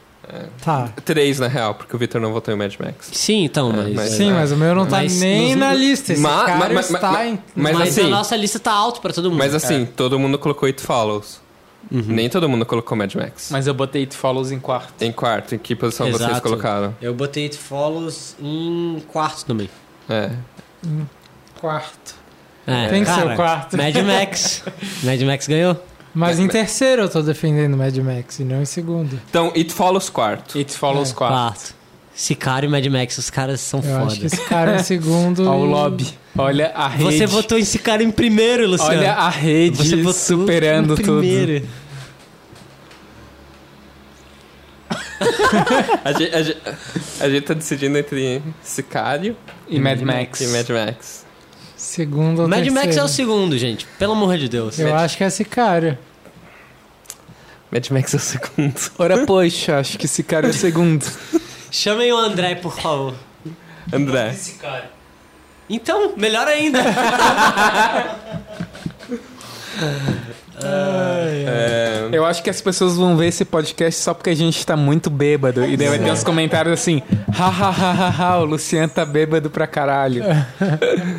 S1: Tá.
S4: Três, na real, porque o Victor não votou em Mad Max.
S2: Sim, então, mas.
S4: mas-
S1: Sim, mas o meu não tá
S2: Mas
S1: nem
S2: nos-
S1: na lista. Esse
S4: Ma-
S1: cara
S4: ma- ma-
S1: está
S4: ma-
S1: tá em...
S4: Mas,
S2: mas a
S4: assim,
S2: nossa lista tá alto pra todo mundo. Uhum.
S4: mas assim todo mundo colocou It Follows.
S2: assim,
S4: Nem todo mundo colocou Mad Max.
S3: Mas eu botei It Follows em quarto.
S4: Em quarto, em que posição vocês
S2: Exato.
S4: colocaram?
S2: Eu botei It Follows em quarto também.
S4: É.
S1: Quarto.
S2: É,
S1: Tem que ser
S2: cara,
S1: o quarto.
S2: Mad [LAUGHS] Max. Mad Max ganhou.
S1: Mas em terceiro eu tô defendendo Mad Max e não em segundo.
S4: Então, It Follows quarto.
S3: It Follows
S1: É.
S3: quarto.
S2: Quarto. Sicário e Mad Max, os caras são
S1: Eu
S2: foda.
S1: acho que esse cara é em
S3: [LAUGHS]
S1: segundo.
S3: Olha o
S1: e-
S3: lobby. Olha a rede.
S2: Você votou em Sicário em primeiro, Luciano.
S3: Olha a
S2: Você
S3: rede
S2: votou
S3: superando
S2: em
S3: tudo.
S2: primeiro.
S4: [LAUGHS] a, gente, a, gente, a gente tá decidindo entre Sicário
S3: E Mad Max.
S4: e Mad Max.
S1: Segundo ou
S2: Mad
S1: terceiro.
S2: Max é o segundo, gente. Pelo amor de Deus.
S1: né? Eu acho que é Sicário.
S4: Mad Max é o segundo.
S3: Ora, poxa, acho que esse cara é o segundo.
S2: Chamem o André, por favor.
S4: André.
S2: Então,
S1: [LAUGHS]
S2: melhor ainda.
S4: É,
S3: Eu acho que as pessoas vão ver esse podcast só porque a gente tá muito bêbado. E daí vai ter uns comentários assim: ha, ha, ha, ha, ha, o Luciano tá bêbado pra caralho.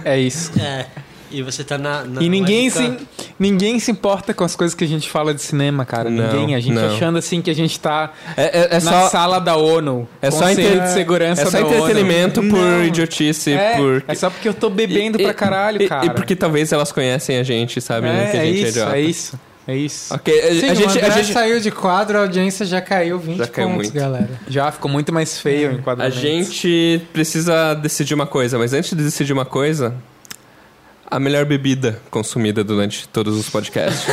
S3: É isso.
S2: É. E você tá na. na-
S3: E
S4: é
S3: ninguém
S2: na
S3: se, ninguém se importa com as coisas que a gente fala de cinema, cara.
S4: Não,
S3: ninguém. A gente
S4: não.
S3: achando assim que a gente tá
S4: é, é- é
S3: na
S4: só,
S3: sala da ONU.
S4: É só
S3: Conselho
S4: entre-
S3: de segurança
S4: é só
S3: da ONU.
S4: entretenimento por
S3: Não.
S4: idiotice,
S3: É,
S4: por...
S3: é só porque eu tô bebendo
S4: E-
S3: pra caralho,
S4: e-
S3: cara.
S4: E porque talvez elas conhecem a gente, sabem
S3: é,
S4: que a
S3: é
S4: gente é
S3: isso,
S4: idiota.
S3: é isso, é isso.
S4: Ok, a,
S1: Sim,
S4: a gente...
S1: o
S4: A
S1: André
S4: gente,
S1: saiu de quadro, a audiência já caiu 20
S4: Já caiu
S1: pontos,
S4: muito.
S1: galera.
S3: Já ficou muito mais feio o
S4: a
S3: enquadramento.
S4: gente precisa decidir uma coisa, mas antes de decidir uma coisa... A melhor bebida consumida durante todos os podcasts.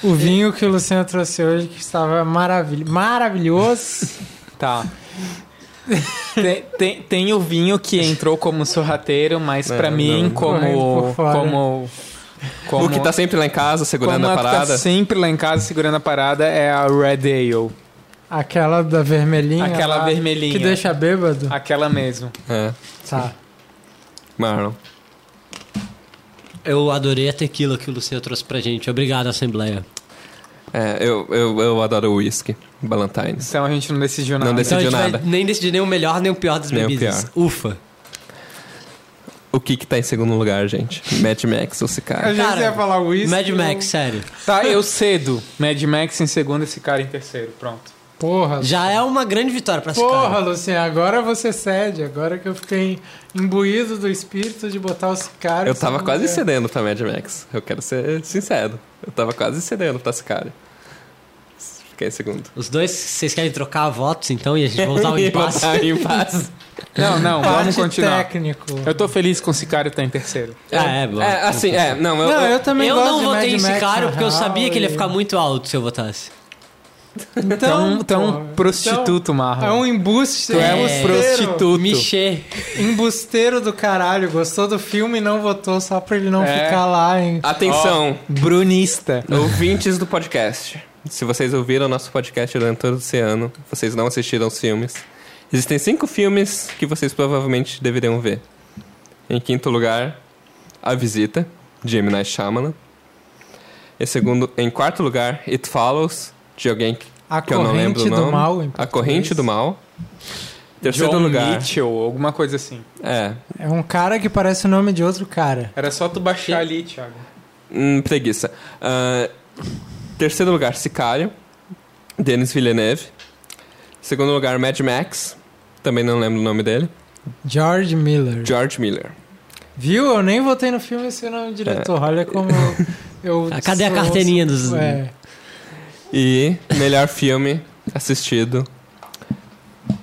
S1: O vinho que o Luciano trouxe hoje, que estava maravil... maravilhoso.
S3: Tá. tem, tem, tem o vinho que entrou como sorrateiro, mas
S4: É,
S3: pra mim,
S4: não.
S1: Correndo
S3: como,
S1: por fora.
S3: como. [LAUGHS] Como.
S4: o que tá sempre lá em casa, segurando
S3: como
S4: a
S3: a que tá
S4: parada.
S3: sempre lá em casa segurando a parada é a Red Ale.
S1: Aquela da vermelhinha.
S3: Aquela
S1: lá,
S3: vermelhinha.
S1: Que deixa bêbado.
S3: Aquela mesmo.
S4: É,
S1: Tá.
S4: Marlon.
S2: Eu adorei a tequila que o Luciano trouxe pra gente. Obrigado, Assembleia.
S4: É, eu, eu, eu adoro whisky. Ballantines.
S3: Então a gente não decidiu
S4: Não
S3: nada.
S4: decidiu.
S2: Então a gente
S4: nada.
S2: vai nem decidir nem o melhor nem o pior das
S4: Nem o
S2: bebidas. Ufa.
S4: O que que tá em segundo lugar, gente? Mad Max ou
S3: A
S4: Sicario?
S3: gente
S2: Cara,
S3: ia falar whisky.
S2: Mad Max, sério.
S3: Tá, eu cedo. Mad Max em segundo, esse cara em terceiro. Pronto.
S1: Porra.
S2: Já é uma grande vitória pra
S1: Porra,
S2: Sicário.
S1: Luciano, agora você cede. Agora que eu fiquei imbuído do espírito de botar os caras.
S4: Eu tava quase cedendo pra Mad Max. Eu quero ser sincero. Eu tava quase cedendo pra Sicario. Fiquei em segundo.
S2: Os dois, vocês querem trocar votos então e a gente vai usar o
S4: E
S2: impasse?
S4: botar em paz.
S3: Não, não,
S1: Parte
S3: vamos continuar.
S1: técnico.
S3: Eu tô feliz com o Sicário tá em terceiro.
S2: Ah, é, bom.
S4: É, assim, é. Não, eu...
S1: Não,
S4: eu-
S1: eu também
S2: eu
S1: gosto
S2: não
S1: de
S2: votei
S1: Mad
S2: em
S1: Max,
S2: Sicário porque eu
S1: na
S2: sabia
S1: real,
S2: que ele ia
S1: e-
S2: ficar muito alto se eu votasse.
S3: Então,
S1: Então,
S3: então
S1: pô,
S3: prostituto, Marlon.
S1: então, É um embuste.
S3: Tu é um
S1: embusteiro.
S3: prostituto.
S2: Michê.
S1: Embusteiro do caralho. Gostou do filme e não votou só pra ele não
S3: É.
S1: ficar lá em...
S4: Atenção,
S3: Brunista.
S4: ouvintes do podcast. Se vocês ouviram nosso podcast durante todo esse ano, vocês não assistiram os filmes. Existem cinco filmes que vocês provavelmente deveriam ver. Em quinto lugar, A Visita, de M. Night Shyamalan. Em, segundo, em quarto lugar, It Follows, de alguém que
S1: A
S4: que eu não lembro
S1: Corrente
S4: o
S1: do
S4: nome.
S1: Mal. em
S4: A
S1: português.
S4: Corrente do Mal. Terceiro
S3: John
S4: lugar.
S3: Mitchell, alguma coisa assim.
S4: É.
S1: É um cara que parece o nome de outro cara.
S3: Era só tu baixar ali, Thiago.
S4: Hum, preguiça. Ah, terceiro lugar, Sicário. Denis Villeneuve. Segundo lugar, Mad Max. Também não lembro o nome dele.
S1: George Miller.
S4: George Miller.
S1: Viu? Eu nem votei no filme esse é nome do
S4: É.
S1: diretor. Olha como
S4: [LAUGHS]
S1: eu. eu
S2: Ah, cadê a
S1: sou-
S2: carteirinha dos-
S1: É.
S4: E melhor filme assistido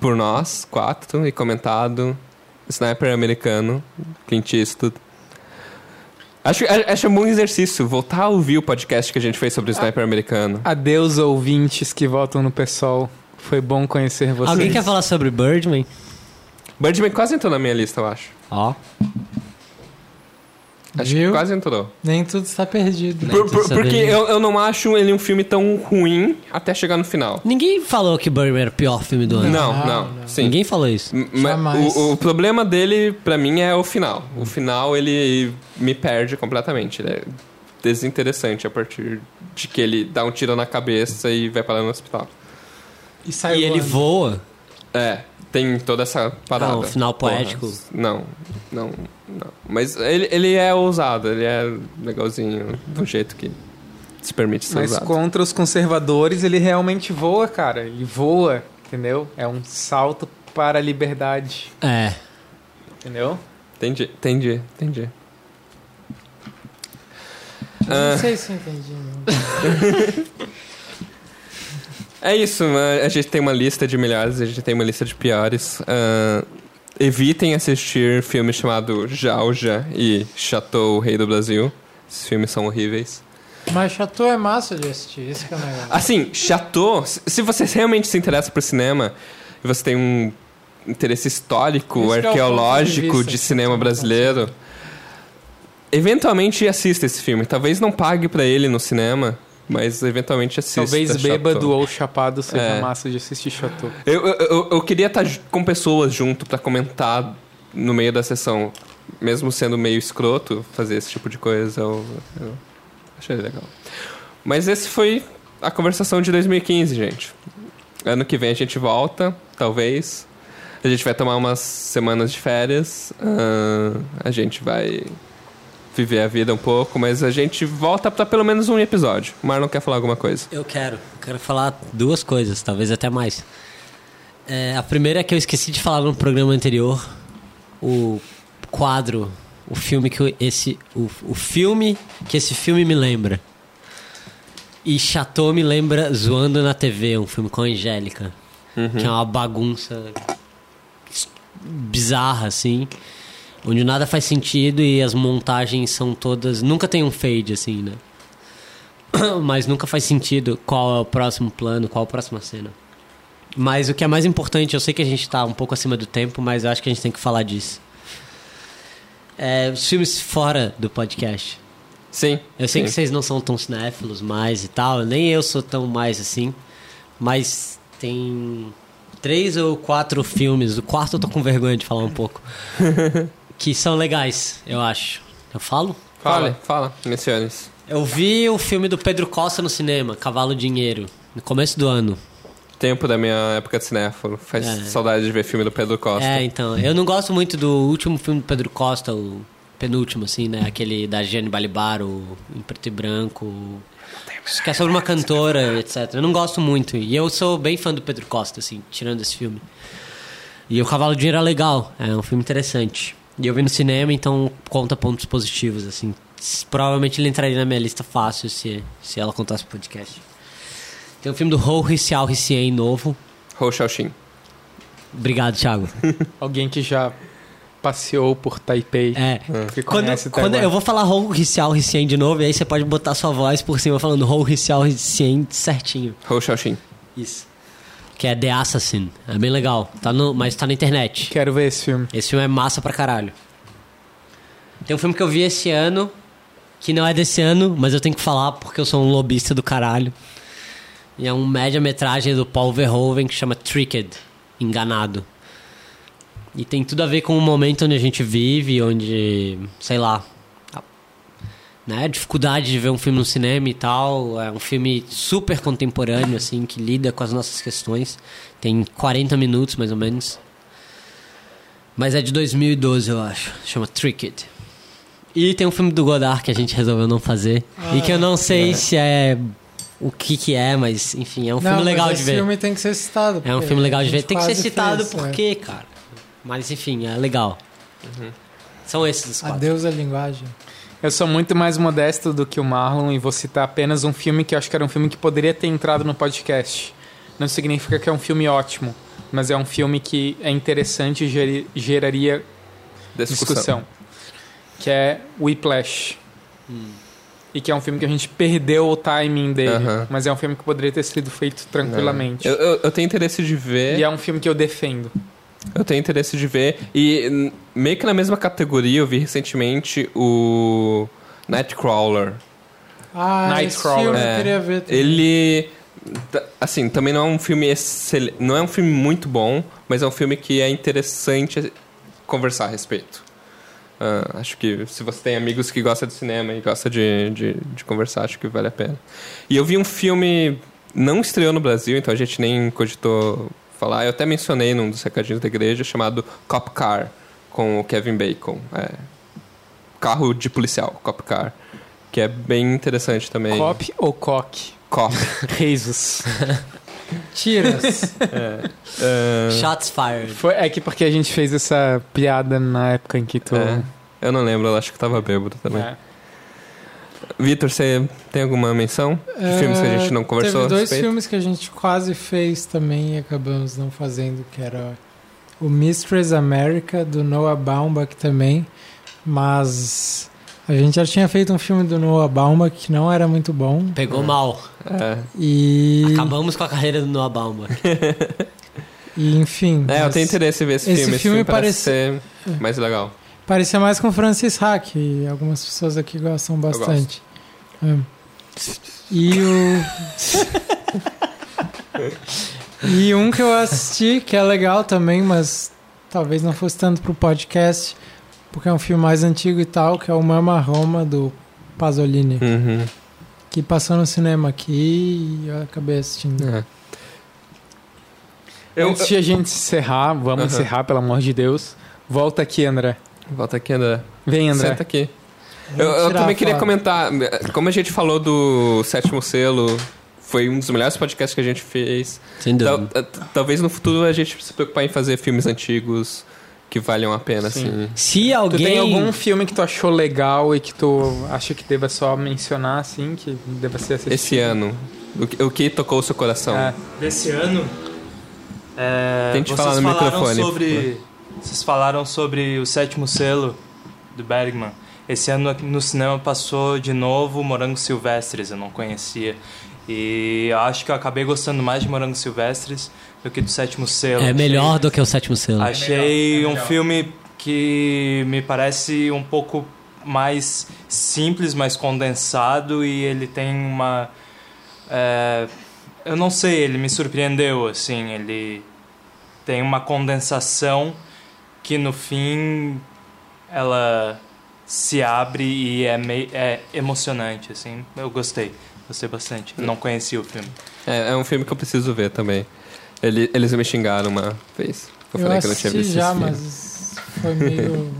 S4: por nós, quatro, e comentado. Sniper americano, Clint Eastwood. Acho, a- acho um bom exercício voltar a ouvir o podcast que a gente fez sobre Sniper americano.
S3: Adeus, ouvintes que votam no PSOL. Foi bom conhecer vocês.
S2: Alguém quer falar sobre Birdman?
S4: Birdman quase entrou na minha lista, eu acho.
S2: Ó.
S4: Acho
S1: Viu?
S4: que quase entrou.
S1: Nem tudo está perdido.
S2: Né?
S4: Por- por-
S2: Saber-
S4: porque eu, eu não acho ele um filme tão ruim até chegar no final.
S2: Ninguém falou que Birdman era o pior filme do ano.
S4: Não, não,
S1: Ah, não.
S4: sim.
S2: Ninguém falou isso.
S4: M- mas
S1: Jamais.
S4: O, o problema dele, pra mim, é o final. O final, ele me perde completamente. Ele é desinteressante a partir de que ele dá um tiro na cabeça e vai parar no hospital.
S1: E saiu
S2: e ele
S1: voando.
S2: voa.
S4: É, tem toda essa parada.
S2: Ah, o final
S4: Porra,
S2: poético.
S4: não, não, não. Mas ele, ele é ousado, ele é legalzinho do jeito que se permite ser
S3: Mas
S4: ousado.
S3: contra os conservadores ele realmente voa, cara. Ele voa, entendeu? É um salto para a liberdade,
S2: É.
S3: entendeu?
S4: Entendi, entendi, entendi.
S1: Eu
S4: Ah.
S1: Não sei se eu entendi. não.
S4: É isso, né? a gente tem uma lista de melhores, a gente tem uma lista de piores. Ah, evitem assistir filmes chamados Jauja e Chateau, o Rei do Brasil. Esses filmes são horríveis.
S1: Mas Chateau é massa de assistir, esse que é o negócio.
S2: Ah,
S4: Assim, Chateau, se se você realmente se interessa por cinema, e você tem um interesse histórico,
S1: Isso que é o ponto de
S4: arqueológico
S1: vista que
S4: de, cinema
S1: você
S4: brasileiro, eventualmente assista esse filme. Talvez não pague pra ele no cinema, mas eventualmente assista.
S3: Talvez
S4: Chateau.
S3: bêbado ou chapado seja
S4: É.
S3: massa de assistir Chateau.
S4: Eu, eu- eu, eu queria estar ju- com pessoas junto pra comentar no meio da sessão. Mesmo sendo meio escroto, fazer esse tipo de coisa, eu, eu achei legal. Mas esse foi a conversação de 2015, gente. Ano que vem a gente volta, talvez. A gente vai tomar umas semanas de férias. ahn, a gente vai viver a vida um pouco, mas a gente volta pra pelo menos um episódio. O Marlon quer falar alguma coisa.
S2: Eu quero. Quero falar duas coisas, talvez até mais. É, a primeira é que eu esqueci de falar no programa anterior. O quadro, o filme que eu- esse, o, o filme que esse filme me lembra. E Chateau me lembra Zoando na TV, um filme com a Angélica, que é uma bagunça es- bizarra assim, onde nada faz sentido e as montagens são todas, nunca tem um fade assim, né? [COUGHS] mas nunca faz sentido qual é o próximo plano, qual a próxima cena. Mas o que é mais importante, eu sei que a gente tá um pouco acima do tempo, mas eu acho que a gente tem que falar disso. É, os filmes fora do podcast.
S4: Sim.
S2: Eu sei
S4: sim.
S2: que vocês não são tão cinéfilos mais e tal, nem eu sou tão mais assim, mas tem três ou quatro filmes, o quarto eu tô com vergonha de falar um pouco, que são legais, eu acho. Eu falo?
S4: Fala, fala, mencione
S2: Eu vi o filme do Pedro Costa no cinema, Cavalo e Dinheiro, no começo do ano.
S4: Tempo da minha época de cinéfilo. Faz
S2: É.
S4: saudade de ver filme do Pedro Costa.
S2: É, então. Eu não gosto muito do último filme do Pedro Costa, o penúltimo, assim, né? Aquele da Gianni Balibar, o Em Preto e Branco. o- Que é sobre uma cantora, etc. Eu não gosto muito. E eu sou bem fã do Pedro Costa, assim, tirando esse filme. E o Cavalo de Dinheiro é legal, é um filme interessante. E eu vi no cinema, então conta pontos positivos, assim. S- Provavelmente ele entraria na minha lista fácil se, se ela contasse o podcast. Tem o filme do Ho Hsiao Hsien novo.
S4: Ho Shaoxin.
S2: Obrigado, Thiago.
S3: Alguém que já passeou por Taipei.
S2: É.
S3: Que conhece
S2: Quando, quando
S3: Taiwan.
S2: eu vou falar Hou Hsiao Hsien de novo, e aí você pode botar sua voz por cima falando Hou Hsiao Hsien certinho.
S4: Ho Shaoxin.
S2: Isso. Que é The Assassin. É bem legal. Tá no, mas tá na internet.
S3: Quero ver esse filme.
S2: Esse filme é massa pra caralho. Tem um filme que eu vi esse ano, que não é desse ano, mas eu tenho que falar porque eu sou um lobista do caralho. E é um média-metragem do Paul Verhoeven que chama Tricked Enganado. E tem tudo a ver com o momento onde a gente vive, onde, sei lá, a- né, a dificuldade de ver um filme no cinema e tal. É um filme super contemporâneo, assim, que lida com as nossas questões. Tem 40 minutos, mais ou menos. Mas é de 2012, eu acho. Chama Tricked. E tem um filme do Godard que a gente resolveu não fazer. e que eu não sei se é o que que é, mas enfim, é um
S1: Não,
S2: filme
S1: mas
S2: legal de
S1: esse
S2: ver.
S1: filme tem que ser citado.
S2: É um
S1: porque
S2: filme legal de
S1: a gente
S2: ver. Tem que ser
S1: quase
S2: citado
S1: fez, né?
S2: porque, cara. Mas enfim, é legal.
S4: Uhum.
S2: São esses os quatro.
S1: Adeus à é linguagem.
S3: Eu sou muito mais modesto do que o Marlon e vou citar apenas um filme que eu acho que era um filme que poderia ter entrado no podcast. Não significa que é um filme ótimo, mas é um filme que é interessante e geri- geraria
S4: Discussão.
S3: discussão. Que é Whiplash.
S4: Hum.
S3: E que é um filme que a gente perdeu o timing dele,
S4: Aham.
S3: mas é um filme que poderia ter sido feito tranquilamente.
S4: É. Eu, eu, eu tenho interesse de ver.
S3: E é um filme que eu defendo.
S4: Eu tenho interesse de ver. E n- meio que na mesma categoria eu vi recentemente o Nightcrawler.
S1: Ah, esse
S3: Nightcrawler.
S1: filme
S4: É.
S1: eu queria ver. também.
S4: Ele. t- Assim, também não é um filme excelente. Não é um filme muito bom, mas é um filme que é interessante conversar a respeito. Ah, acho que se você tem amigos que gostam de cinema e gosta de, de, de conversar, acho que vale a pena. E eu vi um filme não estreou no Brasil, então a gente nem cogitou falar. Eu até mencionei num dos recadinhos da igreja chamado Cop Car, com o Kevin Bacon. É, carro de policial, Cop Car. Que é bem interessante também.
S3: Cop ou coque?
S4: Cop.
S3: Reisos.
S2: [LAUGHS]
S1: Tiras.
S4: É,
S2: Shots fired.
S3: Foi, é que porque a gente fez essa piada na época em que tu...
S4: é, eu não lembro, eu acho que tava bêbado também.
S3: É.
S4: Vitor, você tem alguma menção? De filmes que a gente não conversou
S1: Ah, Teve
S4: a
S1: dois
S4: respeito?
S1: filmes que a gente quase fez também e acabamos não fazendo, que era o Mistress America, do Noah Baumbach também, mas a gente já tinha feito um filme do Noah Baumbach que não era muito bom
S2: Pegou mal.
S4: É.
S1: e,
S2: Acabamos com a carreira do Noah Baumbach.
S1: e, enfim,
S4: É, eu
S1: mas
S4: tenho interesse em ver esse,
S1: esse
S4: filme.
S1: filme
S4: parece
S1: parece-
S4: ser mais legal.
S1: parecia mais com Francis Ha, que algumas pessoas aqui gostam bastante. É. E o... [LAUGHS] e um que eu assisti, que é legal também, mas talvez não fosse tanto pro podcast, porque é um filme mais antigo e tal, que é o Mama Roma, do Pasolini,
S4: Uhum.
S1: que passou no cinema aqui e eu acabei assistindo.
S4: É. Eu,
S3: Antes de a gente encerrar, vamos
S4: Aham.
S3: encerrar, pelo amor de Deus. Volta aqui, André.
S4: Volta aqui, André.
S3: Vem, André.
S4: Senta aqui. Eu, eu
S1: tirar
S4: também
S1: a
S4: queria
S1: foto.
S4: comentar, como a gente falou do Sétimo Selo, foi um dos melhores podcasts que a gente fez.
S2: Sem
S4: Tal- eh,
S2: dúvida.
S4: t- talvez no futuro a gente se preocupar em fazer filmes antigos que valham a pena, assim.
S2: Se
S3: Tu
S2: alguém.
S3: tem algum filme que tu achou legal e que tu acha que deva só mencionar, assim, que deva ser assistido?
S4: Esse ano. O que, o que tocou o seu coração?
S3: É.
S5: Desse ano. É,
S4: Tente
S5: vocês
S4: falar no
S5: falaram
S4: microfone, por
S5: Sobre, vocês falaram sobre o sétimo selo do Bergman. Esse ano aqui no cinema passou de novo Morangos Silvestres, eu não conhecia. E eu acho que eu acabei gostando mais de Morangos Silvestres do que do sétimo selo.
S2: É melhor do que o sétimo selo.
S5: Achei um filme que me parece um pouco mais simples, mais condensado e ele tem uma. é, eu não sei, ele me surpreendeu, assim. Ele tem uma condensação que no fim ela se abre e é, mei, é emocionante, assim. Eu gostei, gostei bastante. Não conhecia o filme.
S4: É, é um filme que eu preciso ver também. Ele- eles me xingaram uma vez. Eu,
S1: Eu,
S4: falei que eu não
S1: assisti
S4: tinha visto
S1: já,
S4: esse filme.
S1: mas foi
S4: [LAUGHS]
S1: meio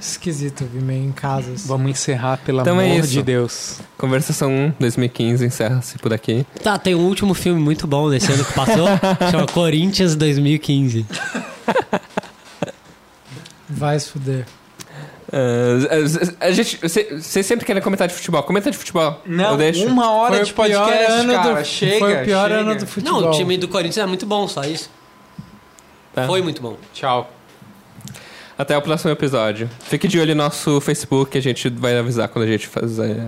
S1: esquisito, eu vi meio em casa. assim.
S3: Vamos encerrar, pelo
S4: Então é
S3: amor
S4: isso.
S3: de Deus.
S4: Conversação 1, 2015, encerra-se por aqui.
S2: Tá, tem um último filme muito bom desse ano
S1: [LAUGHS]
S2: que passou. chama Corinthians 2015.
S1: Vai se fuder.
S4: Ah, a gente, vocês vocês sempre querem comentar de futebol. Comenta de futebol. eu deixo.
S3: uma hora
S1: Foi
S3: de
S1: o pior
S3: podcast,
S1: ano
S3: cara.
S1: do,
S3: Chega,
S1: Foi o pior
S3: chega.
S1: ano do futebol.
S2: Não, o time do Corinthians é muito bom, só isso.
S4: Tá.
S2: Foi muito bom.
S3: Tchau.
S4: Até o próximo episódio. Fique de olho no nosso Facebook, a gente vai avisar quando a gente fazer.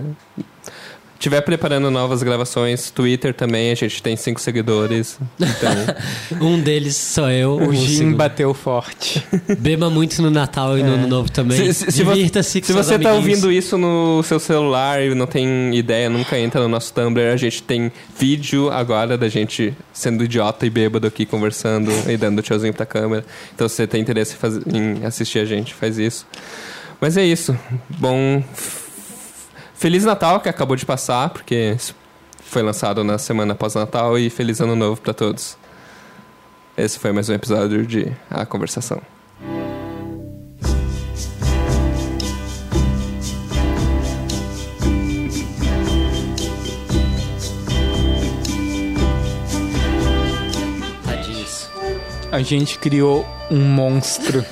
S4: Tiver preparando novas gravações, Twitter também, a gente tem cinco seguidores. Então,
S2: Um deles sou eu.
S3: O
S2: um
S3: Jim
S2: segundo.
S3: bateu forte.
S2: Beba muito no Natal e no Ano Novo também.
S4: É. Se- se- se vo-
S2: Divirta-se com
S4: se
S2: seus
S4: você tá
S2: amiguinhos.
S4: ouvindo isso no seu celular e não tem ideia, nunca entra no nosso Tumblr, a gente tem vídeo agora da gente sendo idiota e bêbado aqui conversando e dando tchauzinho pra câmera. Então se você tem interesse em faz- em assistir a gente, faz isso. Mas é isso. Bom. f- Feliz Natal que acabou de passar, porque isso foi lançado na semana após Natal e feliz ano novo pra todos. Esse foi mais um episódio de A Conversação.
S2: Tadinhos.
S3: A gente criou um monstro.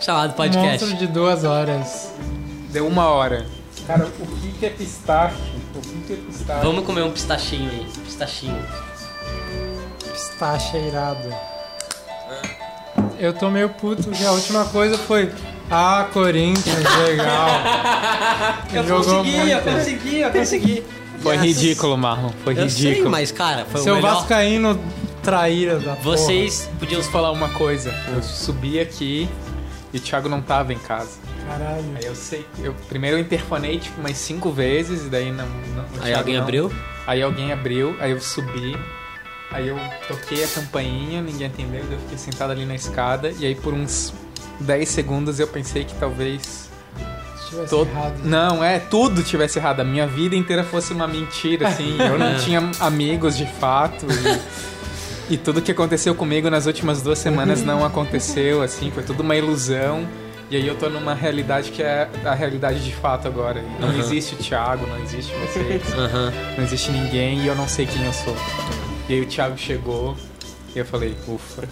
S2: Chamado
S1: Um
S2: podcast.
S1: monstro de duas horas.
S3: Deu uma hora. Cara, o que, que é pistache? O que, que é pistache?
S2: Vamos comer um pistachinho aí. Pistachinho.
S1: Está cheirado. Eu tô meio puto que a última coisa foi. Ah,
S2: [LAUGHS]
S1: Corinthians, legal. Jogou muito.
S2: consegui, eu consegui.
S3: Foi ridículo, Marlon. Foi
S2: Eu sei,
S3: ridículo.
S2: mas cara, foi
S1: Seu
S2: o melhor.
S1: Vascaíno traíra da porra.
S2: Vocês podiam...
S3: Preciso falar uma coisa. Eu subi aqui e o Thiago não tava em casa.
S1: Caralho.
S3: Aí eu sei. Eu, primeiro eu interfonei tipo umas cinco vezes e daí não. não o
S2: Aí
S3: Thiago
S2: alguém
S3: não.
S2: abriu?
S3: Aí alguém abriu, aí eu subi. Aí eu toquei a campainha, ninguém atendeu, daí eu fiquei sentado ali na escada. E aí por uns 10 segundos eu pensei que talvez
S1: tivesse
S3: Todo-
S1: errado.
S3: Não, é, tudo tivesse errado. A minha vida inteira fosse uma mentira, assim. Eu não tinha amigos de fato. E, e tudo que aconteceu comigo nas últimas duas semanas não aconteceu, assim. Foi tudo uma ilusão. E aí eu tô numa realidade que é a realidade de fato agora. E Não existe o Thiago, não existe vocês,
S2: Aham.
S3: não existe ninguém e eu não sei quem eu sou. E aí o Thiago chegou e eu falei, ufa.